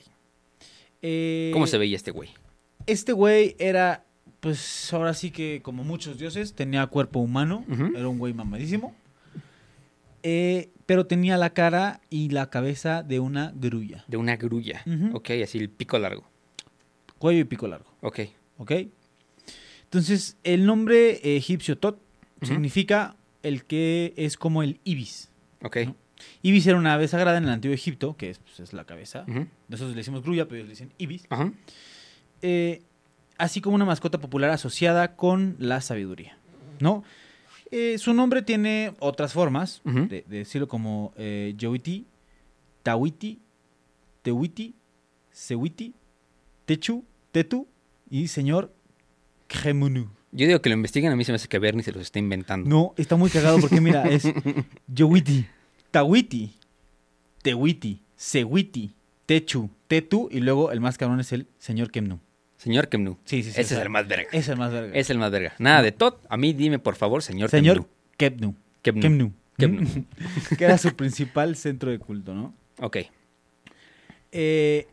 Eh,
¿Cómo se veía este güey?
Este güey era, pues ahora sí que como muchos dioses, tenía cuerpo humano,
Ujú.
era un güey mamadísimo, eh, pero tenía la cara y la cabeza de una grulla,
De una grulla.
Ujú.
Ok, así el pico largo.
cuello y pico largo,
Ok.
¿ok? Entonces, el nombre eh, egipcio Tot
Ujú.
significa el que es como el ibis.
Ok.
¿no? Ibis era una ave sagrada en el antiguo Egipto, que es, pues, es la cabeza.
Ujú.
Nosotros le decimos grulla, pero ellos le dicen ibis.
Ajá.
eh, así como una mascota popular asociada con la sabiduría, ¿no? Eh, su nombre tiene otras formas
Ujú.
de, de decirlo como eh, Yowiti, Tawiti, Tewiti, Sewiti, Techu, Tetu y señor Kremunu.
Yo digo que lo investiguen, a mí se me hace que Bernie se los está inventando.
No, está muy cagado porque mira, es Yowiti, Tawiti, Tewiti, Sewiti, Techu, Tetu y luego el más cabrón es el señor Kemnu.
Señor Kemnu.
Sí, sí, sí.
Ese
o sea, eh,
es el más verga.
Es el más verga.
Es el más verga. Nada de Tot. A mí dime, por favor, señor,
Señor Kemnu.
Kemnu.
Kemnu.
Kemnu.
que era su principal centro de culto, ¿no?
Ok.
Eh,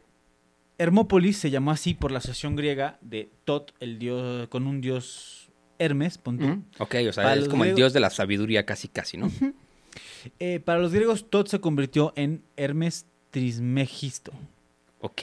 Hermópolis se llamó así por la asociación griega de Tot, el dios, con un dios Hermes, pon tú.
Ujú. Ok, o sea,
Para
es
los
como el
griegos-
dios de la sabiduría casi casi, ¿no?
Eh, para los griegos, Tot se convirtió en Hermes Trismegisto.
Ok.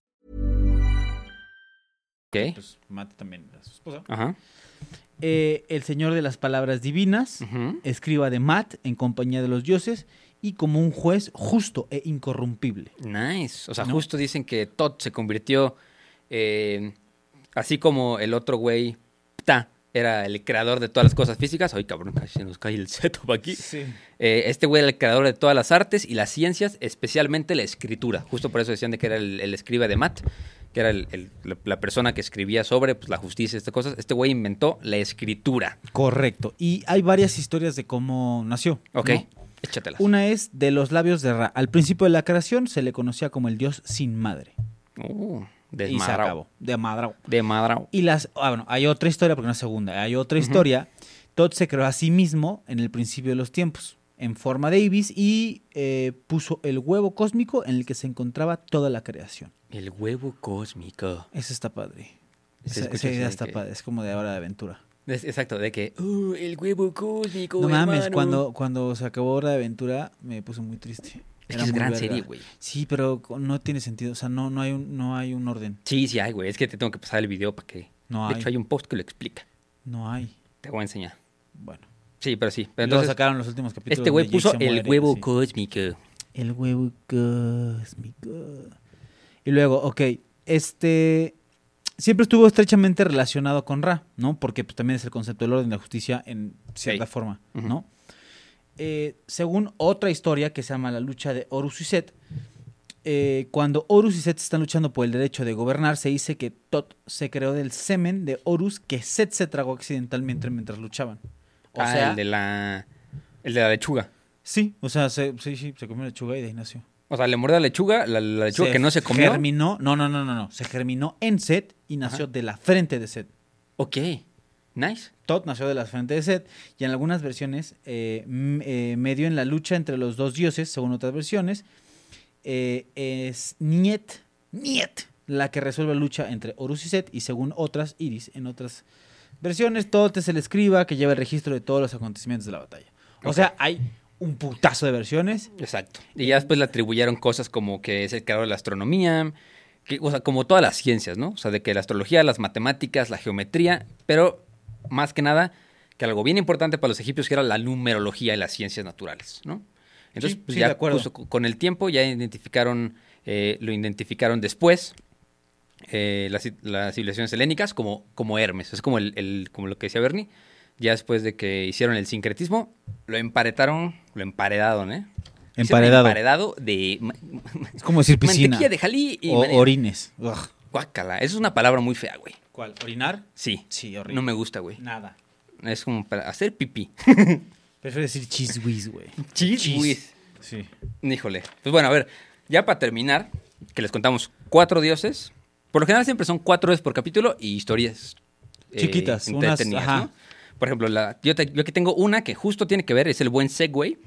Ok.
Pues Mat también era su esposa.
Ajá.
Eh, el señor de las palabras divinas,
Ujú.
escriba de Mat en compañía de los dioses y como un juez justo e incorrumpible.
Nice. O sea,
No.
justo dicen que Tot se convirtió, eh, así como el otro güey, Pta, era el creador de todas las cosas físicas. Ay, cabrón, casi se nos cae el setup aquí.
Sí.
Eh, este güey era el creador de todas las artes y las ciencias, especialmente la escritura. Justo por eso decían de que era el, el escriba de Matt, que era el- el- la, la persona que escribía sobre pues, la justicia, estas cosas. Este güey inventó la escritura.
Correcto. Y hay varias historias de cómo nació.
Ok,
¿no?
échatelas.
Una es de los labios de Ra. Al principio de la creación se le conocía como el dios sin madre.
Uh,
Y se
desmadrao.
acabó. De Madrao.
De madrao.
Y las. ah, bueno, hay otra historia, porque no es segunda. Hay otra historia. Todd se creó a sí mismo en el principio de los tiempos, en forma de ibis, y eh, puso el huevo cósmico en el que se encontraba toda la creación.
El huevo cósmico.
Eso está padre. Esa,
Se escucha
esa idea
así
está
que-
padre. Es como de ahora de aventura.
Es- exacto, de que, uh, el huevo cósmico.
No mames,
hermano".
cuando, cuando se acabó Hora de Aventura me puse muy triste.
Es
Era
que es
muy
gran
verga.
serie, güey.
Sí, pero co- no tiene sentido. O sea, no, no, hay, un, no hay un orden.
Sí, sí hay, güey. Es que te tengo que pasar el video para que.
No
de
hay.
hecho, hay un post que lo explica.
No hay.
Te voy a enseñar.
Bueno.
Sí, pero sí. Pero
Entonces,
entonces,
sacaron los últimos capítulos.
este güey
donde Jake
puso
se
el
muere,
huevo
sí.
cósmico.
El huevo cósmico. Y luego, ok, este siempre estuvo estrechamente relacionado con Ra, ¿no? Porque pues, también es el concepto del orden de la justicia en cierta
Sí.
forma,
Ujú.
¿no? Eh, según otra historia que se llama La lucha de Horus y Set, eh, cuando Horus y Set están luchando por el derecho de gobernar, se dice que Tot se creó del semen de Horus que Set se tragó accidentalmente mientras luchaban. O
ah,
sea,
el de la. El de la lechuga.
sí, o sea, se, sí, sí, se comió lechuga y de ahí nació.
O sea, le mordió la lechuga, la, la lechuga que no se comió.
Germinó, no, no, no, no, no. Se germinó en Set y nació de la frente de Set.
Ok. Nice.
Todd nació de la frente de Set y en algunas versiones eh, m- eh, medio en la lucha entre los dos dioses, según otras versiones, eh, es Niet, Niet, la que resuelve la lucha entre Horus y Set y según otras Iris, en otras versiones Todd es el escriba que lleva el registro de todos los acontecimientos de la batalla. O
Ok.
sea, hay un putazo de versiones
Exacto. Y ya después le atribuyeron cosas como que es el creador de la astronomía, que, o sea, como todas las ciencias, ¿no? O sea, de que la astrología, las matemáticas, la geometría, pero más que nada, que algo bien importante para los egipcios que era la numerología y las ciencias naturales, ¿no? Entonces,
Sí,
pues
sí, de
ya
acuerdo.
justo co- con el tiempo ya identificaron, eh, lo identificaron después eh, las, ci- las civilizaciones helénicas como, como Hermes. Es como, el, el- como lo que decía Bernie. Ya después de que hicieron el sincretismo, lo emparetaron, lo emparedaron, ¿eh? Hicieron
Emparedado.
Emparedado de ma-
Es como decir *laughs* piscina.
mantequilla de jalí y
o
maní-
orines. Ugh.
Guácala. Eso es una palabra muy fea, güey.
¿Cuál? ¿Orinar?
Sí.
Sí, horrible.
No me gusta, güey.
Nada.
Es como para hacer pipí.
Prefiero decir cheese whiz, güey.
Cheese whiz.
Sí.
Híjole. Pues bueno, a ver, ya para terminar, que les contamos cuatro dioses. Por lo general siempre son cuatro dioses por capítulo y historias eh,
Chiquitas, unas,
entretenidas,
ajá.
¿no? Por ejemplo, la, yo, te- yo aquí tengo una que justo tiene que ver, es el buen Segway,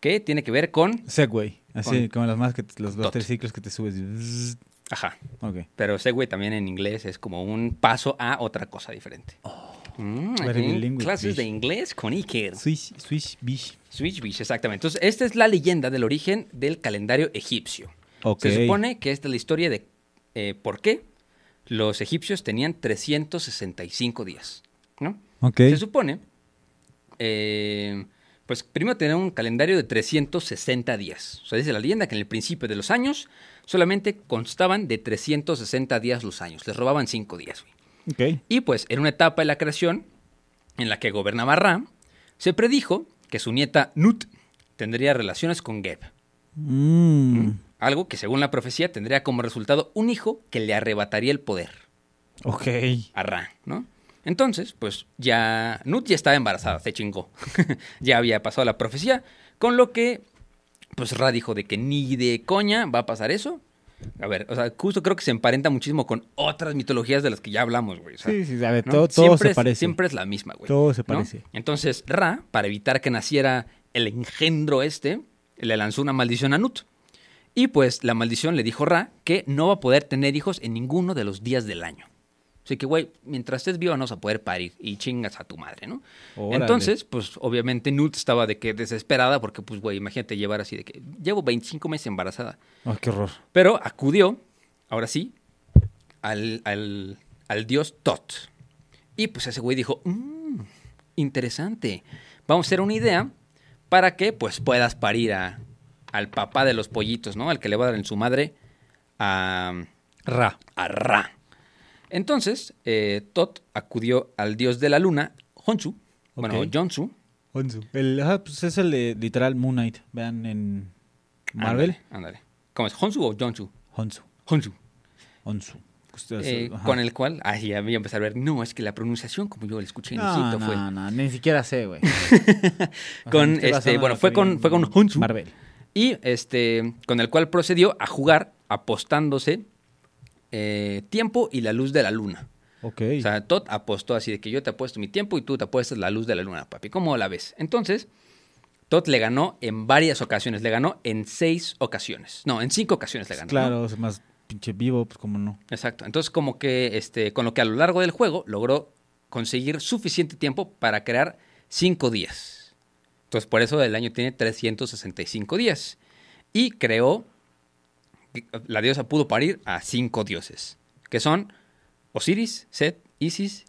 que tiene que ver con.
Segway. Así
Con-
como las más que te- los dos
Tot.
triciclos que te subes. Zzz.
Ajá.
Ok.
Pero Segway también en inglés es como un paso a otra cosa diferente. Mm,
Oh, very
aquí
bilingual,
clases de
bish.
inglés con Iker.
Swish, swish, bish.
Switch Beach, exactamente. Entonces, esta es la leyenda del origen del calendario egipcio.
Ok.
Se supone que esta es la historia de eh, por qué los egipcios tenían 365 días, ¿no?
Ok.
Se supone, eh, pues primero tenían un calendario de 360 días. O sea, dice la leyenda que en el principio de los años solamente constaban de 360 días los años. Les robaban 5 días, güey.
Ok.
Y pues en una etapa de la creación en la que gobernaba Ra, se predijo que su nieta Nut tendría relaciones con Geb,
Mm.
algo que según la profecía tendría como resultado un hijo que le arrebataría el poder
Ok.
a Ra, ¿no? Entonces, pues ya Nut ya estaba embarazada, se chingó. *laughs* ya había pasado la profecía, con lo que pues Ra dijo de que ni de coña va a pasar eso. A ver, o sea, justo creo que se emparenta muchísimo con otras mitologías de las que ya hablamos, güey. o sea,
Sí, sí, a ver,
¿no?
todo, todo
siempre
se
es,
parece.
Siempre es la misma, güey.
Todo se
¿no?
parece.
Entonces, Ra, para evitar que naciera el engendro este, le lanzó una maldición a Nut. Y pues la maldición le dijo Ra que no va a poder tener hijos en ninguno de los días del año. Así que, güey, mientras estés viva no vas a poder parir y chingas a tu madre, ¿no?
Órale.
Entonces, pues obviamente Nut estaba de que desesperada porque, pues, güey, imagínate llevar así de que llevo 25 meses embarazada.
Ay, qué horror.
Pero acudió, ahora sí, al, al- al dios Tot. Y pues ese güey dijo, "Mm, interesante, vamos a hacer una idea para que pues puedas parir a- al papá de los pollitos, ¿no? Al que le va a dar en su madre a,
Ra.
a Ra. Entonces, eh, Tot acudió al dios de la luna, Honshu, bueno,
Ok.
Jonsu.
Onzu. El, ajá, pues es el de literal Moon Knight. Vean en Marvel.
Ándale, ándale. ¿Cómo es? ¿Honsu o Jonsu?
Honsu.
Honsu.
Onzu. Ustedes,
Eh,
ajá.
con el cual, ah, ya me iba a empezar a ver, no, es que la pronunciación, como yo la escuché en
No,
Egipto,
no,
fue...
no, ni siquiera sé,
*laughs*
güey.
Con, este, bueno, fue con- fue con Honsu.
Marvel.
y este, con el cual procedió a jugar apostándose eh, tiempo y la luz de la luna.
Ok.
O sea, Todd apostó así de que yo te apuesto mi tiempo y tú te apuestas la luz de la luna, papi. ¿Cómo la ves? Entonces, Todd le ganó en varias ocasiones. Le ganó en seis ocasiones. No, en cinco ocasiones le ganó. ¿no?
claro, es más pinche vivo, pues como no.
Exacto. Entonces, como que este, con lo que a lo largo del juego logró conseguir suficiente tiempo para crear cinco días. Entonces, por eso el año tiene 365 días. Y creó, la diosa pudo parir a cinco dioses, que son Osiris, Set, Isis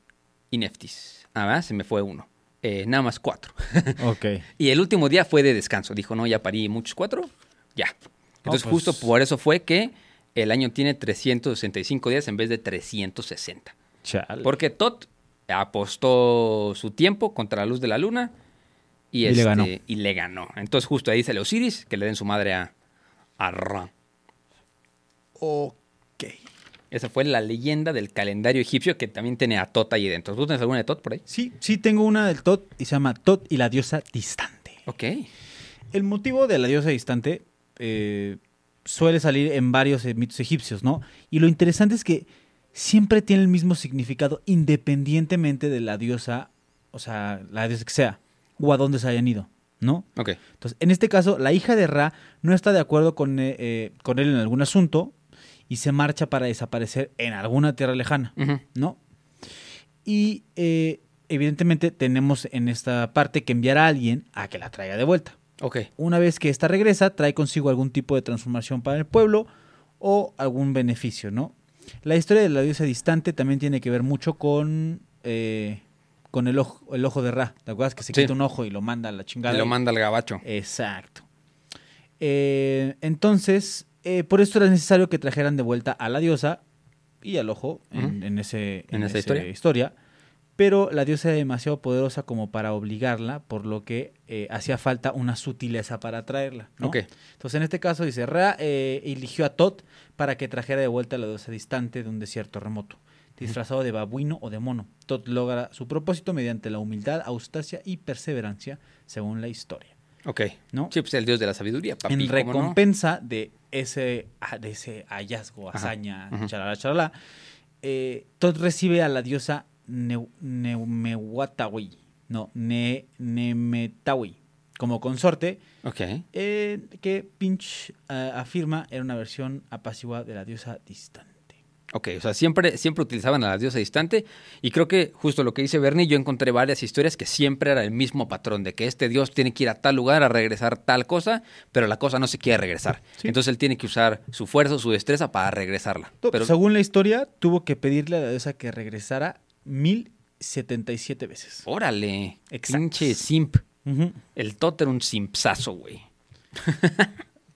y Neftis. Ah, ¿verdad? se me fue uno. Eh, nada más cuatro. *laughs*
Ok.
Y el último día fue de descanso. Dijo, no, ya parí muchos cuatro, ya. Entonces,
pues.
justo por eso fue que el año tiene 365 días en vez de 360.
Chale.
Porque Todd apostó su tiempo contra la luz de la luna y,
Y le
este,
ganó.
y le ganó. Entonces, justo ahí sale Osiris, que le den su madre a, a Ra.
Ok.
Esa fue la leyenda del calendario egipcio que también tiene a Tot ahí dentro. ¿Tú tienes alguna de Tot por ahí?
Sí, sí tengo una del Tot y se llama Tot y la diosa distante.
Ok.
El motivo de la diosa distante eh, suele salir en varios eh, mitos egipcios, ¿no? Y lo interesante es que siempre tiene el mismo significado independientemente de la diosa, o sea, la diosa que sea, o a dónde se hayan ido, ¿no?
Ok.
Entonces, en este caso, la hija de Ra no está de acuerdo con, eh, eh, con él en algún asunto y se marcha para desaparecer en alguna tierra lejana,
Ujú.
¿no? Y eh, evidentemente tenemos en esta parte que enviar a alguien a que la traiga de vuelta.
Ok.
Una vez que ésta regresa, trae consigo algún tipo de transformación para el pueblo o algún beneficio, ¿no? La historia de la diosa distante también tiene que ver mucho con, eh, con el, ojo, el ojo de Ra. ¿Te acuerdas que se
Sí.
quita un ojo y lo manda a la chingada?
Y lo manda al gabacho.
Exacto. Eh, entonces, eh, por esto era necesario que trajeran de vuelta a la diosa y al ojo en,
Ujú.
en ese,
En esa
ese
historia.
Pero la diosa era demasiado poderosa como para obligarla, por lo que eh, hacía falta una sutileza para traerla. ¿no?
Ok.
Entonces, en este caso, dice, Ra eh, eligió a Tot para que trajera de vuelta a la diosa distante de un desierto remoto, disfrazado de babuino o de mono. Tot logra su propósito mediante la humildad, austacia y perseverancia, según la historia.
Ok.
¿No?
Sí, pues el dios de la sabiduría, papi.
en
¿cómo no?
recompensa de, ese, ah, de ese hallazgo,
Ajá,
hazaña,
ujú.
charalá, charalá, eh, Todd recibe a la diosa Neu- Neumewatawi, no, ne, Nemetawi, como consorte,
Ok.
eh, que Pinch ah, afirma era una versión apaciguada de la diosa distante.
Ok, o sea, siempre, siempre utilizaban a la diosa distante y creo que justo lo que dice Bernie, yo encontré varias historias que siempre era el mismo patrón, de que este dios tiene que ir a tal lugar a regresar tal cosa, pero la cosa no se quiere regresar.
Sí.
Entonces él tiene que usar su fuerza, su destreza para regresarla.
To-
Pero,
Según la historia, tuvo que pedirle a la diosa que regresara 1077 veces.
órale,
Exacto.
pinche simp.
Ujú.
El Tot era un simpsazo, güey.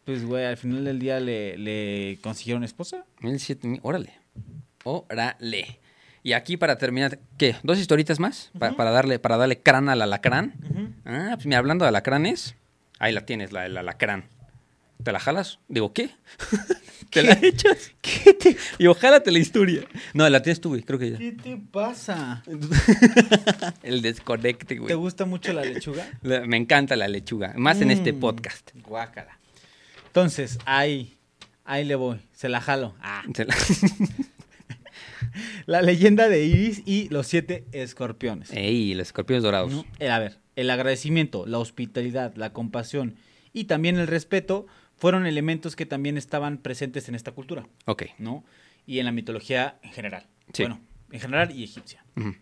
Pues, güey, al final del día le, le consiguieron esposa.
Mil siete mil- órale. Órale. Y aquí para terminar, ¿qué? ¿Dos historitas más? Pa- para, darle, para darle crán al alacrán. Ah, pues mira, hablando de alacranes, ahí la tienes, la del alacrán. ¿Te la jalas?
*laughs*
Digo, ¿qué? ¿Te la *laughs* echas?
¿Qué te
Y ojalá te la historia. No, la tienes tú, güey, creo que ya.
¿Qué te pasa?
El desconecte,
¿Te
güey.
gusta mucho
*laughs*
la lechuga?
La- Me encanta la lechuga, más en
Mm.
este podcast.
Guácala. Entonces, ahí, ahí le voy, se la jalo. Ah.
Se la- *laughs*
La leyenda de Iris y los siete escorpiones.
Ey, los escorpiones dorados.
¿no? El- a ver, el agradecimiento, la hospitalidad, la compasión y también el respeto fueron elementos que también estaban presentes en esta cultura,
Ok.
¿no? Y en la mitología en general.
Sí.
Bueno, en general y egipcia.
Ujú.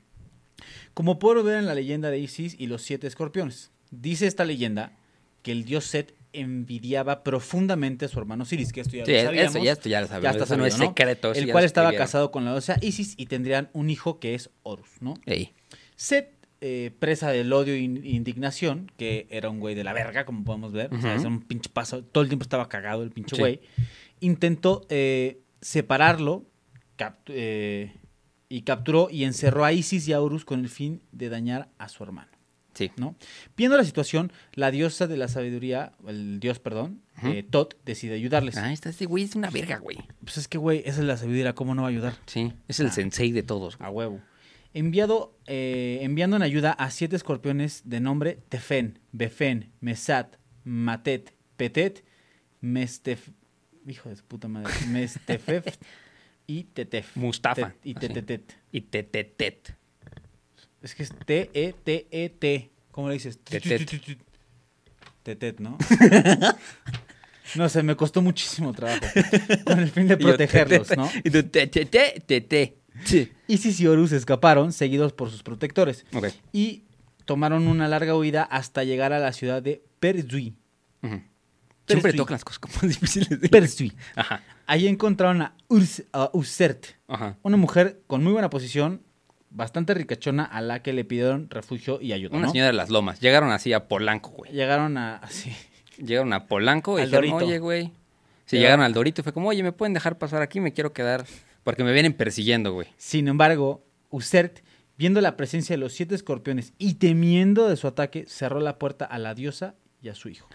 Como puedo ver en la leyenda de Isis y los siete escorpiones, dice esta leyenda que el dios Set envidiaba profundamente a su hermano Osiris, que esto ya
Sí,
lo
eso
sabíamos.
ya- esto ya lo sabemos,
está
eso no es
sabido,
secreto, eso
El
ya
cual
lo
estaba
escribieron.
casado con la diosa Isis y tendrían un hijo que es Horus, ¿no?
Ey.
Set, eh, presa del odio e in- indignación, que era un güey de la verga, como podemos ver, o sea,
Ujú.
es un pinche paso, todo el tiempo estaba cagado el pinche
Sí.
güey, intentó eh, separarlo, capt- eh, y capturó y encerró a Isis y a Horus con el fin de dañar a su hermano.
Sí.
¿no? Viendo la situación, la diosa de la sabiduría, el dios, perdón, eh, Tot, decide ayudarles.
Ah, está este güey es una verga, güey. Ah.
Pues es que, güey, esa es la sabiduría, ¿cómo no va a ayudar?
Sí, es el sensei de todos. güey.
A huevo. Enviado, eh, enviando en ayuda a siete escorpiones de nombre Tefen, Befen, Mesat, Matet, Petet, Mestef... Hijo de su puta madre.
*laughs*
Mestefef y Tetef.
Mustafa, Ah,
Tet- y
así.
Tetetet.
Y te, te, tet.
Es que es T-E-T-E-T. ¿Cómo le dices?
Tetet.
Tetet, ¿no? *laughs* No sé, me costó muchísimo
*laughs*
trabajo. Con el fin de
Y yo, te,
protegerlos,
te,
¿no?
Y tú, te, te, te, te, te. Sí.
Isis y Horus escaparon, seguidos por sus protectores.
Ok.
y tomaron una larga huida hasta llegar a la ciudad de Perzui.
Ujú. Siempre
Persuí.
tocan las cosas como *laughs* difíciles. de-
Perzui.
Ajá,
Ahí encontraron a, Urs, a Ursert,
ajá.
una mujer con muy buena posición, bastante ricachona, a la que le pidieron refugio y ayuda.
Una
¿no?
señora de las lomas. Llegaron así a Polanco, güey.
Llegaron a. *laughs* así.
Llegaron a Polanco y
Al
dijeron,
Dorito.
oye, güey. Sí,
Llegaron-
llegaron al Dorito y fue como, oye, ¿me pueden dejar pasar aquí? Me quiero quedar. Porque me vienen persiguiendo, güey.
Sin embargo, Ursert, viendo la presencia de los siete escorpiones y temiendo de su ataque, cerró la puerta a la diosa y a su hijo.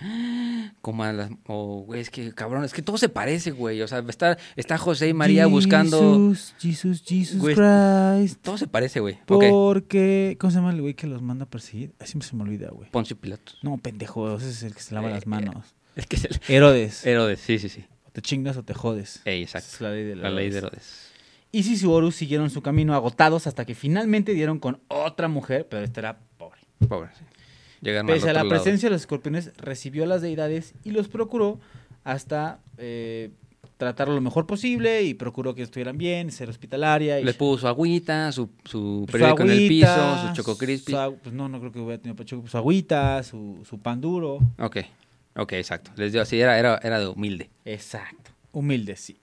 Como a las. Oh, güey, es que cabrón, es que todo se parece, güey. O sea, está, está José y María buscando.
Jesús, Jesús, Jesús
Güey.
Christ.
Todo se parece, güey. Ok.
Porque. ¿Cómo se llama el güey que los manda a perseguir? Ay, Siempre se me olvida, güey.
Poncio Pilatos.
No, pendejo, ese es el que se lava
Eh,
las manos.
Es que es el.
Herodes.
Herodes, sí, sí, sí.
o te chingas o te jodes.
Ey, eh, exacto.
Esa es la ley de
La ley de Herodes.
Isis y Horus siguieron su camino agotados hasta que finalmente dieron con otra mujer, pero esta era pobre.
Pobre. sí. Llegaron
Pese a
al
la
otro lado.
presencia de los escorpiones, recibió a las deidades y los procuró hasta eh, tratarlo lo mejor posible y procuró que estuvieran bien, ser hospitalaria. Y
Les puso su agüita, su, su
Su
periódico en el
agüita,
piso, su choco crispy.
su agu- pues no, no creo que hubiera tenido Pachuco. Su agüita, su, su pan duro.
Ok, ok, exacto. Les dio así, era, era, era de humilde.
Exacto. Humilde, sí.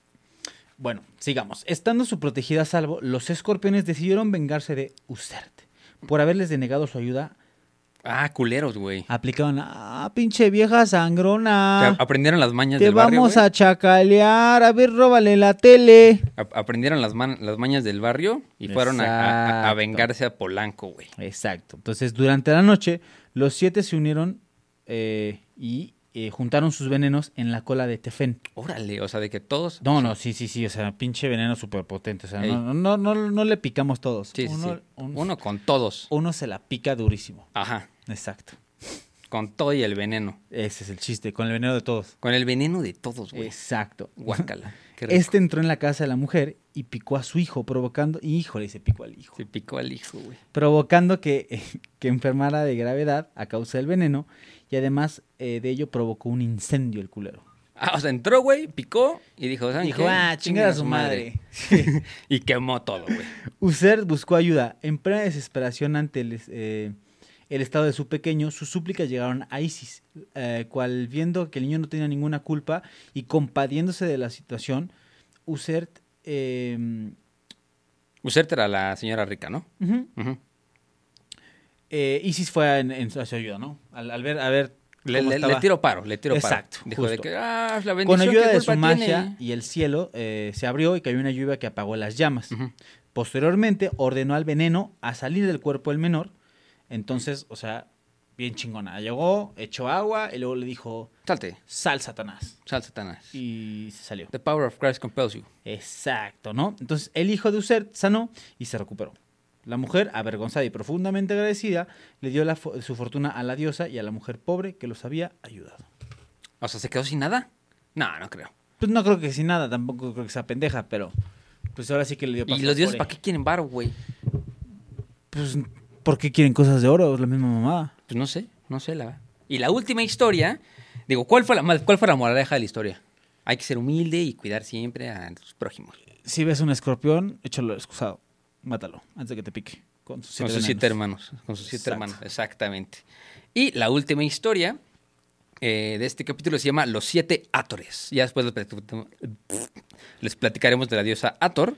Bueno, sigamos. Estando su protegida a salvo, los escorpiones decidieron vengarse de Usert por haberles denegado su ayuda.
Ah, culeros, güey.
Aplicaron, ah, pinche vieja
O
sangrona.
sea, aprendieron las mañas
te
del barrio.
vamos
güey.
a chacalear. A ver, róbale la tele.
A- Aprendieron las, man- las mañas del barrio y fueron a, a- a- a
Exacto.
vengarse a Polanco, güey.
Exacto. Entonces, durante la noche, los siete se unieron eh, y eh, juntaron sus venenos en la cola de Tefen.
Órale, o sea, de que todos.
No, no, sí, sí, sí, o sea, pinche veneno súper potente, o sea,
Ey.
no, no, no, no le picamos todos.
Sí, sí, sí.
uno,
uno,
un-
con todos.
uno se la pica durísimo.
Ajá,
Exacto.
con todo y el veneno.
Ese es el chiste, con el veneno de todos.
Con el veneno de todos, güey.
Exacto.
Guácala. Qué rico.
Este entró en la casa de la mujer y picó a su hijo, provocando, híjole, se picó al hijo,
Se picó al hijo, güey.
provocando que, *laughs* que enfermara de gravedad a causa del veneno y además eh, de ello provocó un incendio el culero.
Ah, o sea, entró, güey, picó y dijo, ¿saben
Dijo,
qué?
ah,
Chinguen
chingar a su madre.
y quemó todo, güey.
Usert buscó ayuda. En plena desesperación ante el, eh, el estado de su pequeño, sus súplicas llegaron a Isis, eh, cual viendo que el niño no tenía ninguna culpa y compadeciéndose de la situación, Usert... eh,
Userte era la señora rica, ¿no?
ujú,
Ujú.
eh, Isis fue en, en su- a su ayuda, ¿no? Al, al ver, a ver
Le,
cómo
le-
estaba.
le tiro paro, le tiro
Exacto,
paro. Dijo de
justo.
que, ah, la bendición,
Con ayuda
¿qué
de su
culpa
magia
tiene?
y el cielo eh, se abrió y cayó una lluvia que apagó las llamas.
Ujú.
Posteriormente ordenó al veneno a salir del cuerpo del menor. Entonces, o sea, bien chingona. Llegó, echó agua y luego le dijo,
Salte,
sal Satanás.
sal, Satanás.
Y se salió.
The power of Christ compels you.
Exacto, ¿no? Entonces el hijo de Usert sanó y se recuperó. La mujer, avergonzada y profundamente agradecida, le dio la fo- su fortuna a la diosa y a la mujer pobre que los había ayudado.
O sea, ¿se quedó sin nada? No, no creo.
Pues no creo que sin nada, tampoco creo que sea pendeja, pero pues ahora sí que le dio
¿Y
paso
los dioses
por
para
ella.
qué quieren varo, güey?
Pues, ¿por qué quieren cosas de oro? Es la misma mamada.
Pues no sé, no sé la Y la última historia, digo, ¿cuál fue la, mal- cuál fue la moraleja de la historia? Hay que ser humilde y cuidar siempre a tus prójimos.
Si ves un escorpión, échalo excusado. Mátalo antes de que te pique. Con sus siete,
con sus
venenos.
siete hermanos. Con sus siete
Exacto.
hermanos, exactamente. Y la última historia eh, de este capítulo se llama Los siete Atores. Ya después les platico- les platicaremos de la diosa Ator.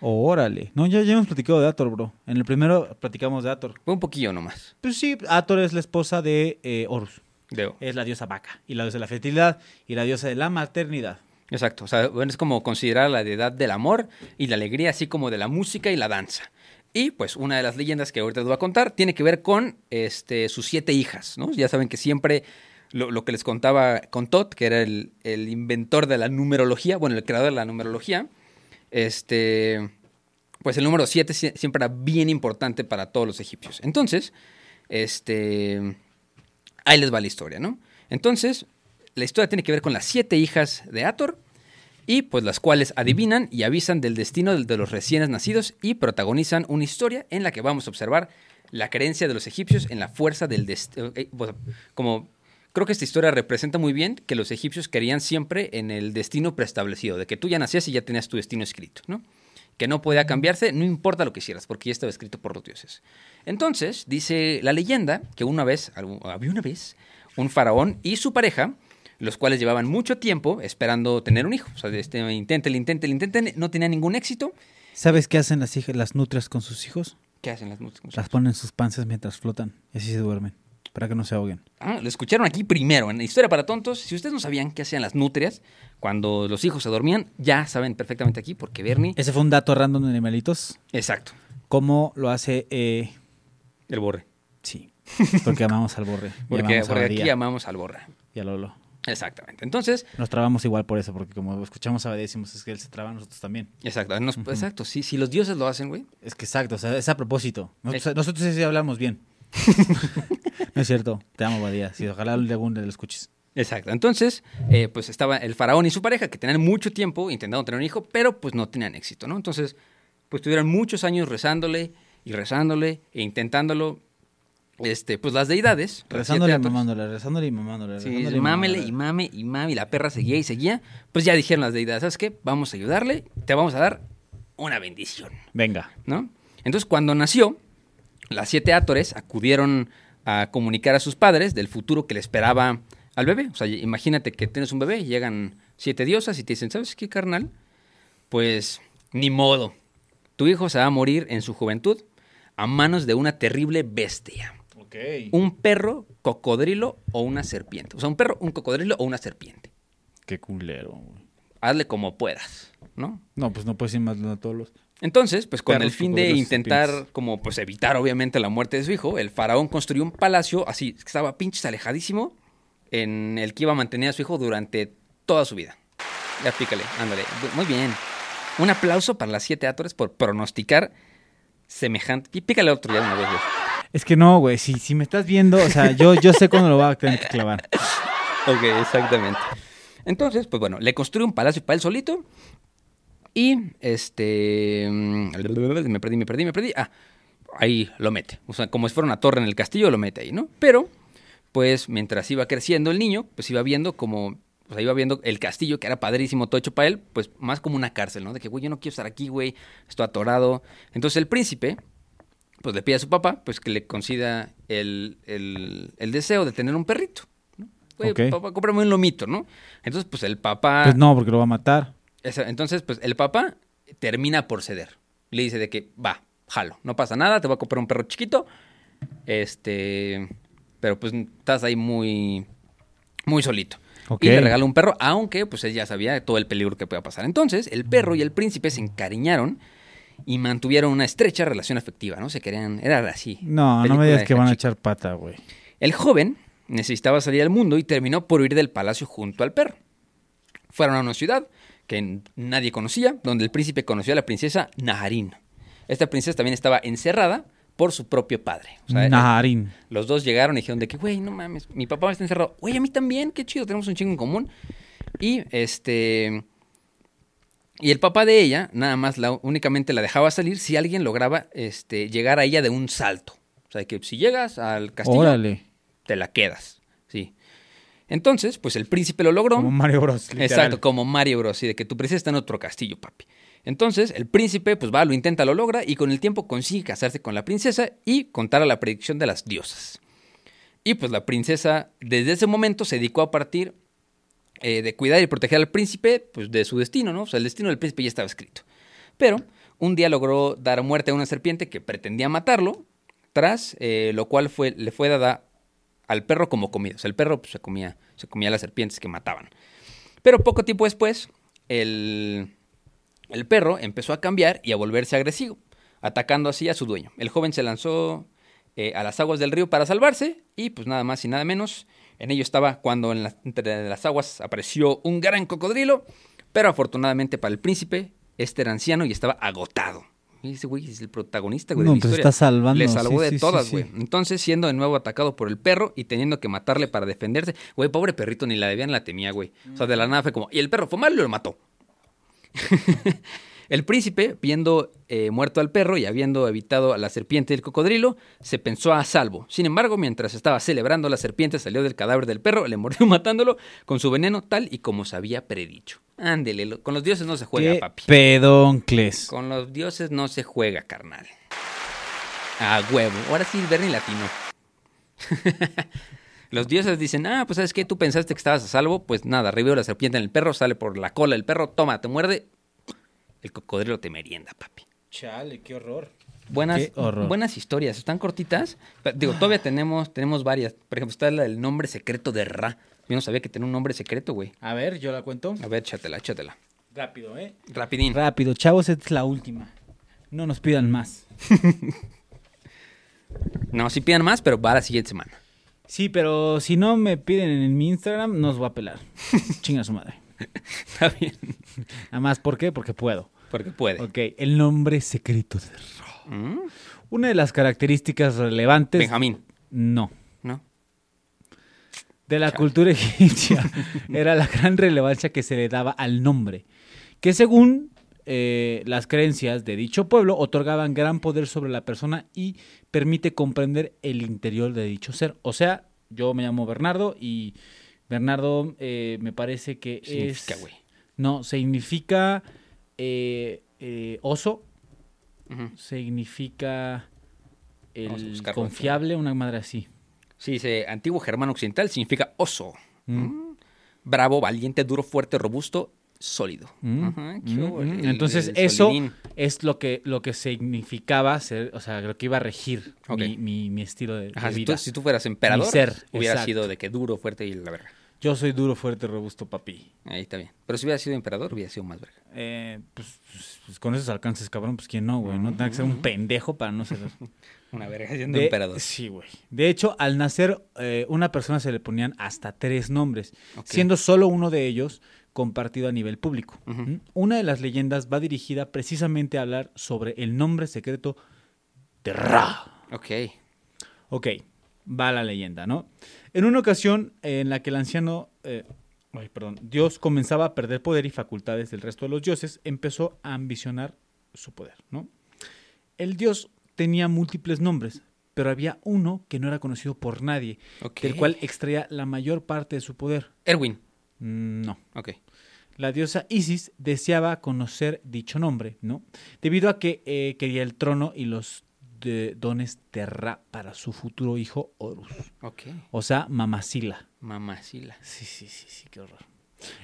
Órale. No, ya, ya hemos platicado de Ator, bro. En el primero platicamos de Ator.
Fue un poquillo nomás.
Pues sí, Ator es la esposa de eh, Horus.
Deo.
Es la diosa vaca. Y la diosa de la fertilidad. Y la diosa de la maternidad.
Exacto, o sea, bueno, es como considerar la deidad del amor y la alegría, así como de la música y la danza. Y pues una de las leyendas que ahorita te voy a contar tiene que ver con este, sus siete hijas, ¿no? Ya saben que siempre lo, lo que les contaba con Todd, que era el, el inventor de la numerología, bueno, el creador de la numerología, este, pues el número siete sie- siempre era bien importante para todos los egipcios. Entonces, este, ahí les va la historia, ¿no? Entonces, la historia tiene que ver con las siete hijas de Ator, y pues las cuales adivinan y avisan del destino de los recién nacidos y protagonizan una historia en la que vamos a observar la creencia de los egipcios en la fuerza del destino. Como creo que esta historia representa muy bien que los egipcios querían siempre en el destino preestablecido, de que tú ya nacías y ya tenías tu destino escrito, ¿no? que no podía cambiarse, no importa lo que hicieras, porque ya estaba escrito por los dioses. Entonces, dice la leyenda que una vez, algún- había una vez, un faraón y su pareja, los cuales llevaban mucho tiempo esperando tener un hijo. O sea, este, intenten, intenten, intenten, no tenía ningún éxito.
¿Sabes qué hacen las, hijas, las nutrias con sus hijos?
¿Qué hacen las mujeres?
Las ponen en sus panzas mientras flotan y así se duermen, para que no se ahoguen.
Ah, lo escucharon aquí primero, en Historia para Tontos. Si ustedes no sabían qué hacían las nutrias cuando los hijos se dormían, ya saben perfectamente aquí, porque Bernie...
Ese fue un dato random de animalitos.
Exacto,
¿Cómo lo hace? eh,
el borre.
sí, porque amamos al borre. y
*laughs* Porque,
amamos a
porque
Badía
aquí amamos al borre.
y a Lolo.
Exactamente. Entonces,
Nos trabamos igual por eso, porque como escuchamos a Badía, decimos es que él se traba, nosotros también.
Exacto, nos- exacto. Sí, si los dioses lo hacen, güey.
Es que exacto, o sea, es a propósito. Nosotros,
Es-
nosotros sí hablamos
*laughs*
bien. no es cierto, te amo, Badía. Si ojalá algún día lo escuches.
Exacto. Entonces, eh, pues estaba el faraón y su pareja, que tenían mucho tiempo intentando tener un hijo, pero pues no tenían éxito, ¿no? Entonces, pues tuvieron muchos años rezándole y rezándole e intentándolo. Este, pues las deidades. las
Rezándole y
siete atos-
mamándole, rezándole y mamándole.
pues. Sí,
rezándole y
mámele
mamándole.
y mame y mame, y la perra seguía y seguía. Pues ya dijeron las deidades, ¿sabes qué? Vamos a ayudarle, te vamos a dar una bendición.
Venga.
¿no? Entonces, cuando nació, las siete Átores acudieron a comunicar a sus padres del futuro que le esperaba al bebé. O sea, imagínate que tienes un bebé, y llegan siete diosas y te dicen, ¿sabes qué, carnal? Pues, ni modo. Tu hijo se va a morir en su juventud a manos de una terrible bestia.
Ok.
Un perro, cocodrilo o una serpiente. O sea, un perro, un cocodrilo o una serpiente.
Qué culero, güey.
Hazle como puedas, ¿no?
No, pues no puedes ir más a todos los.
Entonces, pues con
Perros,
el fin de
cocodrilos y
intentar
serpientes.
como pues evitar obviamente la muerte de su hijo, el faraón construyó un palacio así, que estaba pinches alejadísimo, en el que iba a mantener a su hijo durante toda su vida. Ya pícale, ándale. Bu- Muy bien. Un aplauso para las siete átores por pronosticar semejante... Y pícale otro ya una vez. güey.
Es que no, güey. Si, si me estás viendo, o sea, yo, yo sé cuándo lo va a tener que clavar.
Ok, exactamente. Entonces, pues bueno, le construye un palacio para él solito. Y este. mm, Me perdí, me perdí, me perdí. Ah, ahí lo mete. O sea, como si fuera una torre en el castillo, lo mete ahí, ¿no? Pero, pues mientras iba creciendo el niño, pues iba viendo como. O sea, iba viendo el castillo, que era padrísimo, todo hecho para él, pues más como una cárcel, ¿no? De que, güey, yo no quiero estar aquí, güey, estoy atorado. Entonces el príncipe, pues le pide a su papá, pues que le concida el, el- el deseo de tener un perrito. ¿no? Güey,
Ok.
papá, cómprame un lomito, ¿no? Entonces, pues el papá...
Pues no, porque lo va a matar.
Esa- Entonces, pues el papá termina por ceder. Le dice de que va, jalo, no pasa nada, te voy a comprar un perro chiquito. Este, pero pues estás ahí muy, muy solito.
Ok.
Y le regala un perro, aunque pues él ya sabía todo el peligro que podía pasar. Entonces, el perro y el príncipe se encariñaron y mantuvieron una estrecha relación afectiva, ¿no? Se querían, era así.
No, no
película
me
de
digas que van a
Hachiko.
echar pata, güey.
El joven necesitaba salir al mundo y terminó por huir del palacio junto al perro. Fueron a una ciudad que n- nadie conocía, donde el príncipe conoció a la princesa Naharín. Esta princesa también estaba encerrada por su propio padre. O sea,
Najarín.
eh, Los dos llegaron y dijeron de que, güey, no mames, mi papá está encerrado. Güey, a mí también, qué chido, tenemos un chingo en común. Y este... Y el papá de ella nada más la, únicamente la dejaba salir si alguien lograba este, llegar a ella de un salto. O sea, que si llegas al castillo,
Órale.
te la quedas. Sí. Entonces, pues el príncipe lo logró.
Como Mario Bros. literal.
Exacto, como Mario Bros. Sí, de que tu princesa está en otro castillo, papi. Entonces, el príncipe, pues va, lo intenta, lo logra y con el tiempo consigue casarse con la princesa y contar a la predicción de las diosas. Y pues la princesa, desde ese momento, se dedicó a partir eh, de cuidar y proteger al príncipe pues, de su destino, ¿no? O sea, el destino del príncipe ya estaba escrito. Pero un día logró dar muerte a una serpiente que pretendía matarlo, tras eh, lo cual fue, le fue dada al perro como comida. O sea, el perro pues, se, comía, se comía las serpientes que mataban. Pero poco tiempo después, el, el perro empezó a cambiar y a volverse agresivo, atacando así a su dueño. El joven se lanzó eh, a las aguas del río para salvarse y pues nada más y nada menos. En ello estaba cuando en la- entre las aguas apareció un gran cocodrilo, pero afortunadamente para el príncipe, este era anciano y estaba agotado. Y ese güey es el protagonista, güey,
No,
de la
pues
historia.
está salvando,
Le salvó
sí,
de
sí, sí,
todas,
sí.
güey. Entonces, siendo de nuevo atacado por el perro y teniendo que matarle para defenderse, güey, pobre perrito, ni la debía ni la temía, güey. O sea, de la nada fue como, y el perro fue malo y lo mató. El príncipe, viendo eh, muerto al perro y habiendo evitado a la serpiente del cocodrilo, se pensó a salvo. Sin embargo, mientras estaba celebrando, la serpiente salió del cadáver del perro, le mordió *laughs* matándolo con su veneno tal y como se había predicho. Ándele, lo- con los dioses no se juega,
Qué
papi.
pedoncles.
Con los dioses no se juega, carnal. A huevo. Ahora sí, Bernie Latino. *laughs* los dioses dicen, ah, pues sabes que tú pensaste que estabas a salvo. Pues nada, revive la serpiente en el perro, sale por la cola el perro, toma, te muerde. El cocodrilo te merienda, papi.
Chale, qué horror.
Buenas,
Qué horror.
buenas historias, están cortitas. Pero, Digo, todavía tenemos, tenemos varias. Por ejemplo, está la del nombre secreto de Ra. Yo no sabía que tenía un nombre secreto, güey.
A ver, yo la cuento.
A ver, échatela, échatela.
Rápido, ¿eh?
Rapidín.
Rápido, chavos, esta es la última. No nos pidan más.
No, si pidan más, pero va la siguiente semana. *laughs*
Sí, pero si no me piden en mi Instagram, nos voy a
*laughs*
pelar. Chinga su madre.
Está bien.
Nada más, ¿por qué? Porque puedo.
Porque puede.
Ok, el nombre secreto de Ra. Una de las características relevantes.
Mm, Benjamín,
No.
¿no?
de la cultura egipcia *laughs* era la gran relevancia que se le daba al nombre, que según eh, las creencias de dicho pueblo otorgaban gran poder sobre la persona y permite comprender el interior de dicho ser. O sea, yo me llamo Bernardo y Bernardo eh, me parece que
Significa,
es...
güey.
No, significa eh, eh, oso,
Ujú.
significa
Vamos a
el
buscarlo aquí.
confiable, una madre así.
Sí, dice antiguo germano occidental significa oso. Mm. Bravo, valiente, duro, fuerte, robusto, sólido.
Mm,
Ajá, qué
mm,
hubo,
mm.
el-
Entonces,
el
eso
solidín.
es lo que, lo que significaba ser, o sea, lo que iba a regir
Ok.
mi, mi- mi estilo de, de
Ajá, si,
vida.
tú, si tú fueras emperador,
Mi ser,
hubiera
exacto.
sido de que duro, fuerte y la verga.
Yo soy duro, fuerte, robusto, papi.
Ahí está bien. Pero si hubiera sido emperador, hubiera sido más verga.
Eh, pues, pues, pues, con esos alcances, cabrón, pues quién no, güey. No tenga que ser un pendejo para no ser.
Una verga siendo
De-
emperador.
Sí, güey. De hecho, al nacer, eh, una persona se le ponían hasta tres nombres,
Ok.
siendo solo uno de ellos compartido a nivel público.
Ujú.
¿Mm? Una de las leyendas va dirigida precisamente a hablar sobre el nombre secreto de Ra.
Ok.
Ok, va la leyenda, ¿no? En una ocasión en la que el anciano, eh, ay, perdón, Dios comenzaba a perder poder y facultades del resto de los dioses, empezó a ambicionar su poder, ¿no? El dios tenía múltiples nombres, pero había uno que no era conocido por nadie,
Ok.
del cual extraía la mayor parte de su poder.
Erwin.
Mm, No.
Ok.
La diosa Isis deseaba conocer dicho nombre, ¿no? Debido a que eh, quería el trono y los de- dones de Ra para su futuro hijo Horus.
Ok.
O sea, Mamacila.
Mamacila.
Sí, sí, sí, sí, qué horror.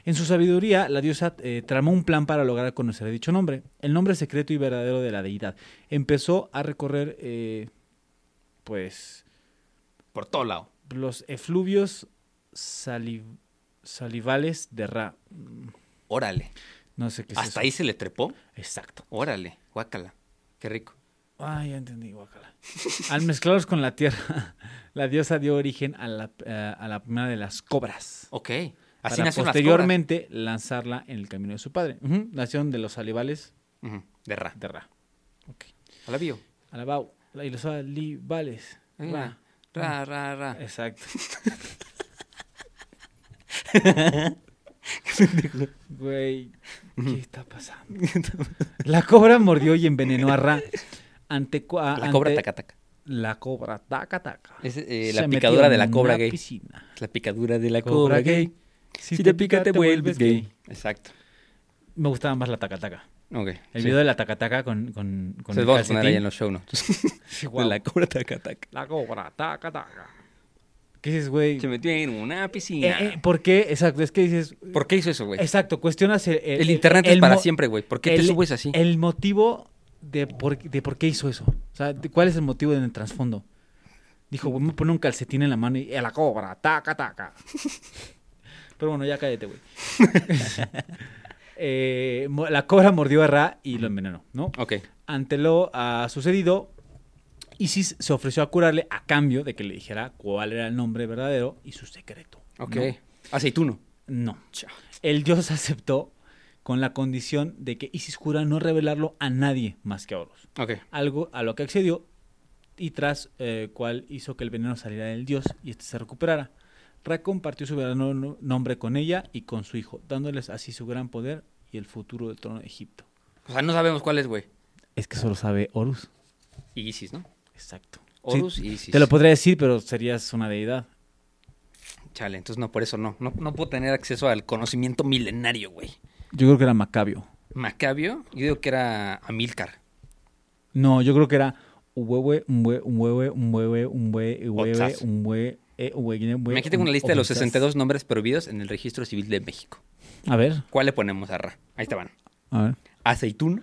En su sabiduría, la diosa eh, tramó un plan para lograr conocer dicho nombre, el nombre secreto y verdadero de la deidad. Empezó a recorrer, eh, pues,
Por todo lado.
los efluvios sali- salivales de Ra.
Órale.
No sé qué es
Hasta
eso.
ahí se le trepó.
Exacto.
Órale. Guácala. Qué rico.
Ah, ya entendí, guacala. Al mezclarlos con la tierra, *laughs* la diosa dio origen a la, eh, a la primera de las cobras.
Ok. Así
para
nació
posteriormente lanzarla en el camino de su padre. Ujú, Nación de los salivales
De ra.
de Ra. Ok.
A la bio.
Alabao. la- Y los salivales.
Ra,
Ra.
ra, ra, ra. *laughs*
Exacto. Güey, ¿qué está pasando? La cobra mordió y envenenó a Ra. Ante, cua-
La
ante-
cobra tacataca.
La cobra taca taca.
Es, eh, la
Se
picadura
metió
de la
en
cobra
una
gay.
piscina.
Es la picadura de la
Cobra gay.
Si, te pica, te vuelves gay. Exacto.
Me gustaba más la taca taca.
Ok.
El
sí.
video de la taca taca con, con, con
Se los
el
vamos a poner ahí
calcetín.
en los show notes. *laughs*
Sí,
De
guau.
la cobra tacataca.
La cobra, taca, taca. ¿Qué dices, güey?
Se metió en una
Eh,
piscina.
eh, ¿Por qué? Exacto, es que dices...
¿Por qué hizo eso, güey?
Exacto, cuestionas el...
eh, El internet es para
mo-
siempre, güey. ¿Por qué te
el-
subes así?
El motivo de por, de por qué hizo eso. O sea, de- ¿cuál es el motivo en el trasfondo? Dijo, güey, me pone un calcetín en la mano y a la *laughs* cobra, taca, taca. Pero bueno, ya cállate, güey. *laughs* eh, mo- la cobra mordió a Ra y lo envenenó, ¿no?
Ok.
Ante lo ah, sucedido, Isis se ofreció a curarle a cambio de que le dijera cuál era el nombre verdadero y su secreto.
Ok. Aceituno.
No. El dios *laughs* aceptó con la condición de que Isis jura no revelarlo a nadie más que a Horus.
Ok.
Algo a lo que accedió y tras eh, cual hizo que el veneno saliera del dios y este se recuperara. Ra compartió su verdadero no- nombre con ella y con su hijo, dándoles así su gran poder y el futuro del trono de Egipto.
O sea, no sabemos cuál es, güey.
Es que solo sabe Horus.
Y Isis, ¿no?
Exacto.
Horus
Sí,
y Isis.
Te lo podría decir, pero serías una deidad.
Chale, entonces no, por eso no. No, no puedo tener acceso al conocimiento milenario, güey.
Yo creo que era Macabio.
Macabio, yo digo que era Amílcar.
No, yo creo que era huehue, hue, huehue, huehue, huehue, huehue,
Otsas.
huehue, eh, huehue, huehue,
Me aquí tengo una lista de los
otsas.
62 nombres prohibidos en el Registro Civil de México.
A ver,
¿Cuál le ponemos a Ra? Ahí estaban.
a ver.
Aceituno.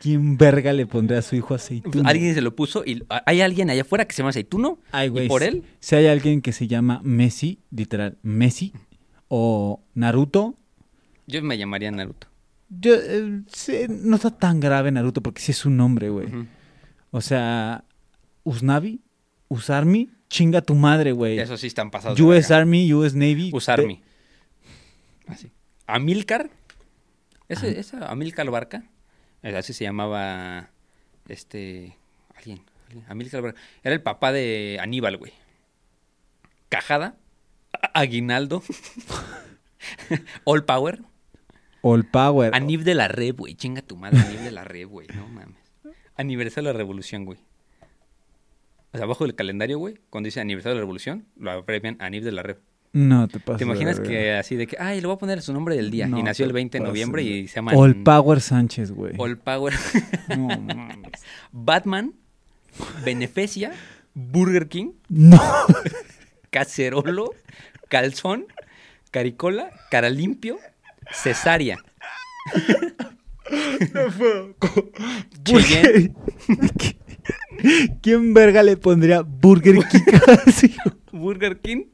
¿Quién verga le pondría a su hijo aceituno?
Alguien se lo puso y hay alguien allá afuera que se llama Aceituno.
Ay, güey,
y por él,
Si hay alguien que se llama Messi, literal, Messi, o Naruto,
yo me llamaría Naruto.
yo, eh, sí, no está tan grave Naruto porque sí es un nombre, güey.
Ujú.
O sea, Usnavi, Usarmi, chinga tu madre, güey.
Eso sí están pasados. de
US
verga.
Army, US Navy.
Usarmi. Así. Amílcar. Ese, ese Amílcar Barca. eh, Así se llamaba este alguien, alguien, Amílcar Barca. Era el papá de Aníbal, güey. Cajada, A- Aguinaldo, *laughs* All Power,
All Power.
Anib de la Red, güey. Chinga tu madre, Anib de la Red, güey. No mames. Aniversario de la Revolución, güey. O sea, abajo del calendario, güey, cuando dice aniversario de la Revolución, lo apremian Anib de la Red.
No te pases.
¿Te imaginas
de verga.
que así de que, ay, le voy a poner su nombre del día?
No
y nació el
te
20 de
pases
noviembre
de-
y se llama.
All Power Sánchez, güey.
All Power. *laughs*
No mames.
Batman, Beneficia, Burger King,
No.
Cacerolo, Calzón, Caricola, Cara Limpio,
*laughs*
Cesárea. *laughs* Cheyenne,
*laughs* ¿Quién verga le pondría Burger King *laughs* a su hijo?
Burger King,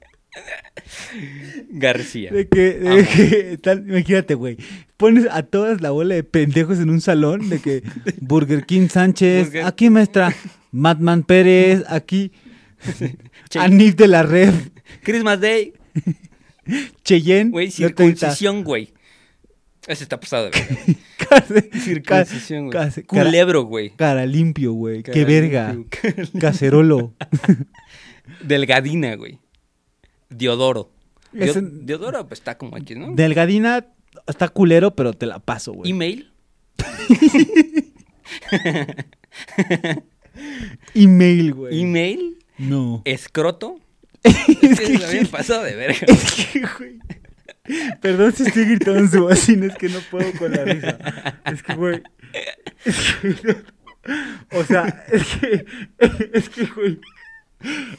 García.
De que, de
Amo.
que tal- imagínate, güey. Pones a todas la bola de pendejos en un salón de que Burger King Sánchez,
Burger-
aquí maestra, Madman Pérez, aquí
Che-
Anif de la Red,
Christmas Day,
Cheyenne,
güey,
no te gusta.
circuncisión, güey. Ese está pasado, güey.
*laughs* Case-
Circuncisión, güey.
case- cara-
Culebro, güey.
Cara limpio, güey. Qué
Cara
verga.
limpio, cara *laughs*
Cacerolo.
Delgadina, güey. Diodoro. Dio-
Ese-
Diodoro, pues está como aquí, ¿no?
Delgadina está culero, pero te la paso, güey.
Email.
Email, güey.
Email.
no. *laughs*
Escroto. *laughs* es que lo habían pasado de verga. güey.
Es que, güey. Perdón si estoy gritando en su vacina, es que no puedo con la risa. Es que, güey. Es que. no- o sea, es que. Es que, güey.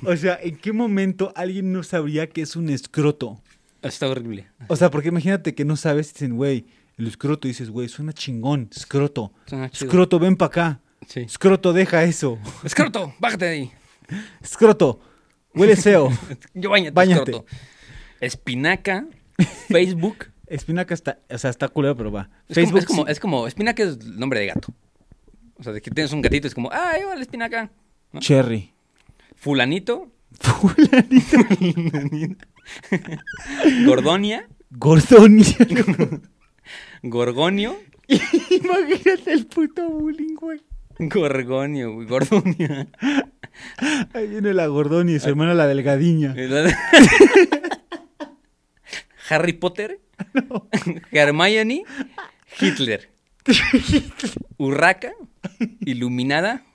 O sea, ¿en qué momento alguien no sabría que es un escroto?
Ah, Está horrible.
O sea, porque imagínate que no sabes, y dicen, güey, el escroto, y dices, güey, suena chingón, escroto.
Suena chido.
Escroto, ven pa' acá.
Sí.
Escroto, deja eso.
Escroto, bájate de ahí.
Escroto, huele
*laughs*
feo.
Yo bañate,
Báñate.
escroto. Espinaca.
*laughs*
Facebook.
Espinaca está, o sea, está culero, pero va.
Es
Facebook.
Como, es, como,
sí-
es como, espinaca es el nombre de gato. O sea, de que tienes un gatito, es como, ay, hola, espinaca. ¿no?
Cherry. *laughs*
Fulanito. Fulanito. Gordonia. *laughs*
Gordonia.
Gorgonio.
Imagínate el puto bullying, güey.
Gorgonio, güey. Gordonia.
Ahí viene la Gordonia y su hermana la Delgadiña.
Eh. *laughs* Harry
*laughs*
Potter. Hermione. Hitler. Urraca. Iluminada.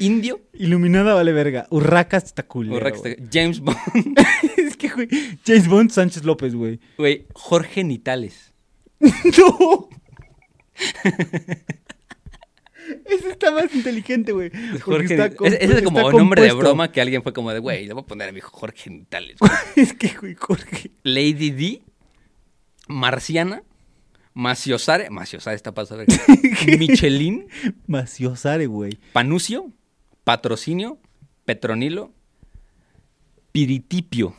Indio.
Iluminada vale verga. Urracas está cool.
Urraca está- James Bond.
*laughs*
*laughs*
es que, güey. James Bond Sánchez López, güey.
Güey, Jorge Nitales. *laughs*
¡No! Ese está más inteligente, güey. porque
Jorge
está
Nit-
compu-
Ese ese es como
está
nombre de
compuesto.
broma que alguien fue como de, güey, le voy a poner a mi hijo Jorge Nitales. güey.
*laughs* es que, güey, *laughs* Jorge.
Lady D. Marciana. Maciosare. Maciosare
*laughs*
está pasando. de verga. Michelin. *laughs*
Maciosare, güey.
Panucio, Patrocinio, Petronilo, Piritipio.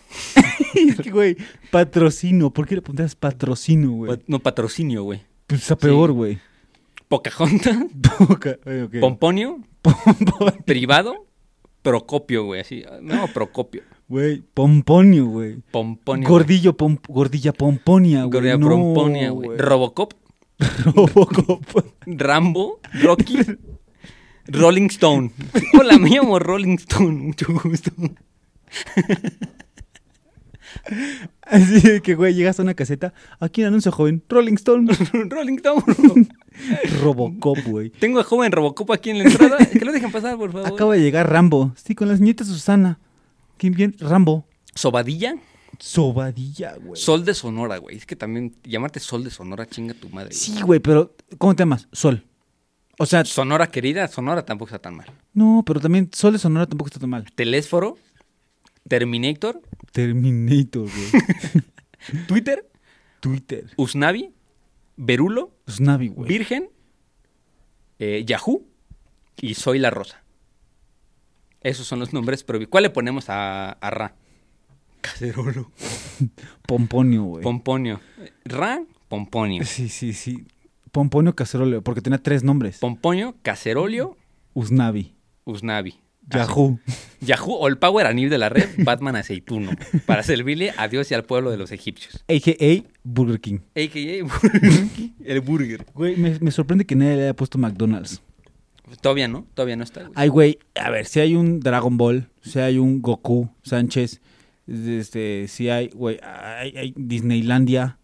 Es que, güey, patrocino. ¿Por qué le pondrías patrocino, güey?
No, patrocinio, güey.
Pues está peor, güey.
Pocahontas,
Poca- *laughs* ok, ok.
Pomponio, Privado, Procopio, güey. Así. No, Procopio.
*laughs* Güey, pomponio, güey.
Pomponio. güey.
Gordillo, pom- gordilla pomponia, güey.
Gordilla
No,
Pomponia, güey. Robocop,
Robocop.
Rambo, Rocky, Rolling Stone. *laughs* Hola, me llamo Rolling Stone. Mucho gusto.
*laughs*
*laughs*
Así de que, güey, llegas a una caseta. Aquí un anuncio, joven. Rolling Stone. *laughs*
Rolling Stone.
Robocop, güey.
Tengo a joven Robocop aquí en la entrada. Que lo dejen pasar, por favor.
Acaba de llegar Rambo. Sí, con las nietas Susana. ¿Quién bien? Rambo.
Sobadilla,
Sobadilla, güey.
Sol de Sonora, güey. Es que también llamarte Sol de Sonora, chinga tu madre. güey.
sí, güey, pero ¿cómo te llamas? Sol. O sea,
Sonora querida, Sonora tampoco está tan mal.
no, pero también Sol de Sonora tampoco está tan mal.
Telésforo, Terminator,
Terminator,
*laughs*
güey.
Twitter,
Twitter.
Usnavi, Berulo,
Snavi, güey.
Virgen, eh, Yahoo y Soy la Rosa. Esos son los nombres, pero ¿cuál le ponemos a, a Ra? Cacerolo.
Pomponio, güey.
Pomponio. Ra, Pomponio.
Sí, sí, sí. Pomponio Caceroleo, porque tenía tres nombres.
Pomponio, Cacerolio,
Usnavi.
Ah, Usnavi.
Yahoo.
Yahoo o el Power Anil de la red, *laughs* Batman aceituno, para servirle a Dios y al pueblo de los egipcios.
AKA Burger King.
AKA Burger King, el burger.
Güey, me, me sorprende que nadie le haya puesto McDonald's.
Todavía no, todavía no está. güey.
Ay, güey, a ver, si hay un Dragon Ball, si hay un Goku, Sánchez, este, si hay, güey, hay, hay Disneylandia.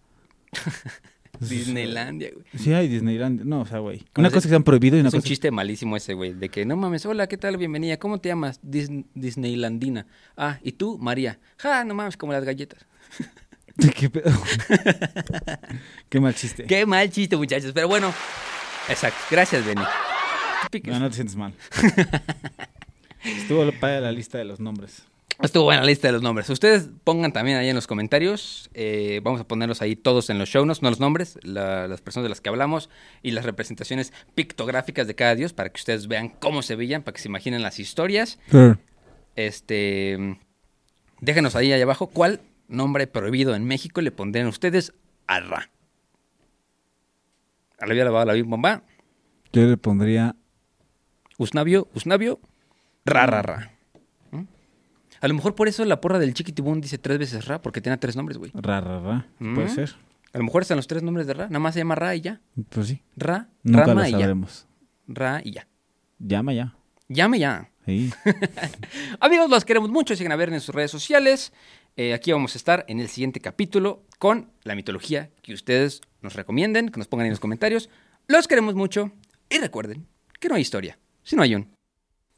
Disneylandia, güey.
Sí hay Disneylandia. No, o sea, güey. Una
¿Conoces?
cosa que se han prohibido y una
Es un
cosa...
chiste malísimo ese, güey. De que, no mames, hola, ¿qué tal? Bienvenida. ¿Cómo te llamas? Dis- Disneylandina. Ah, ¿y tú? María. Ja, no mames, como las galletas.
*laughs* ¿Qué
*laughs*
pedo? Qué mal chiste.
Qué mal chiste, muchachos. Pero bueno, exacto. Gracias, Benny. Piques.
No, no te sientes
*laughs*
mal. Estuvo para la lista de los nombres.
Estuvo buena la lista de los nombres. Ustedes pongan también ahí en los comentarios. eh, vamos a ponerlos ahí todos en los show notes, no los nombres, la- las personas de las que hablamos y las representaciones pictográficas de cada dios para que ustedes vean cómo se veían, para que se imaginen las historias. Este, déjenos ahí, ahí abajo cuál nombre prohibido en México le pondrían ustedes a Ra. A la vida lavada, la vida bomba.
Yo le pondría
Usnavio, Usnavio, ra, ra, ra. ¿Mm? A lo mejor por eso la porra del Chiquitibún dice tres veces ra, porque tiene tres nombres, güey.
ra, ra, ra. Puede
Mm.
ser.
A lo mejor están los tres nombres de ra, nada más se llama ra y ya.
Pues sí.
Ra,
Nunca
rama
lo
y ya.
sabremos.
Ra y ya.
Llama ya.
Llame ya.
Sí.
Amigos, los queremos mucho. Sigan a ver en sus redes sociales. Eh, aquí vamos a estar en el siguiente capítulo con la mitología que ustedes nos recomienden, que nos pongan en los comentarios. Los queremos mucho y recuerden que no hay historia, sino hay un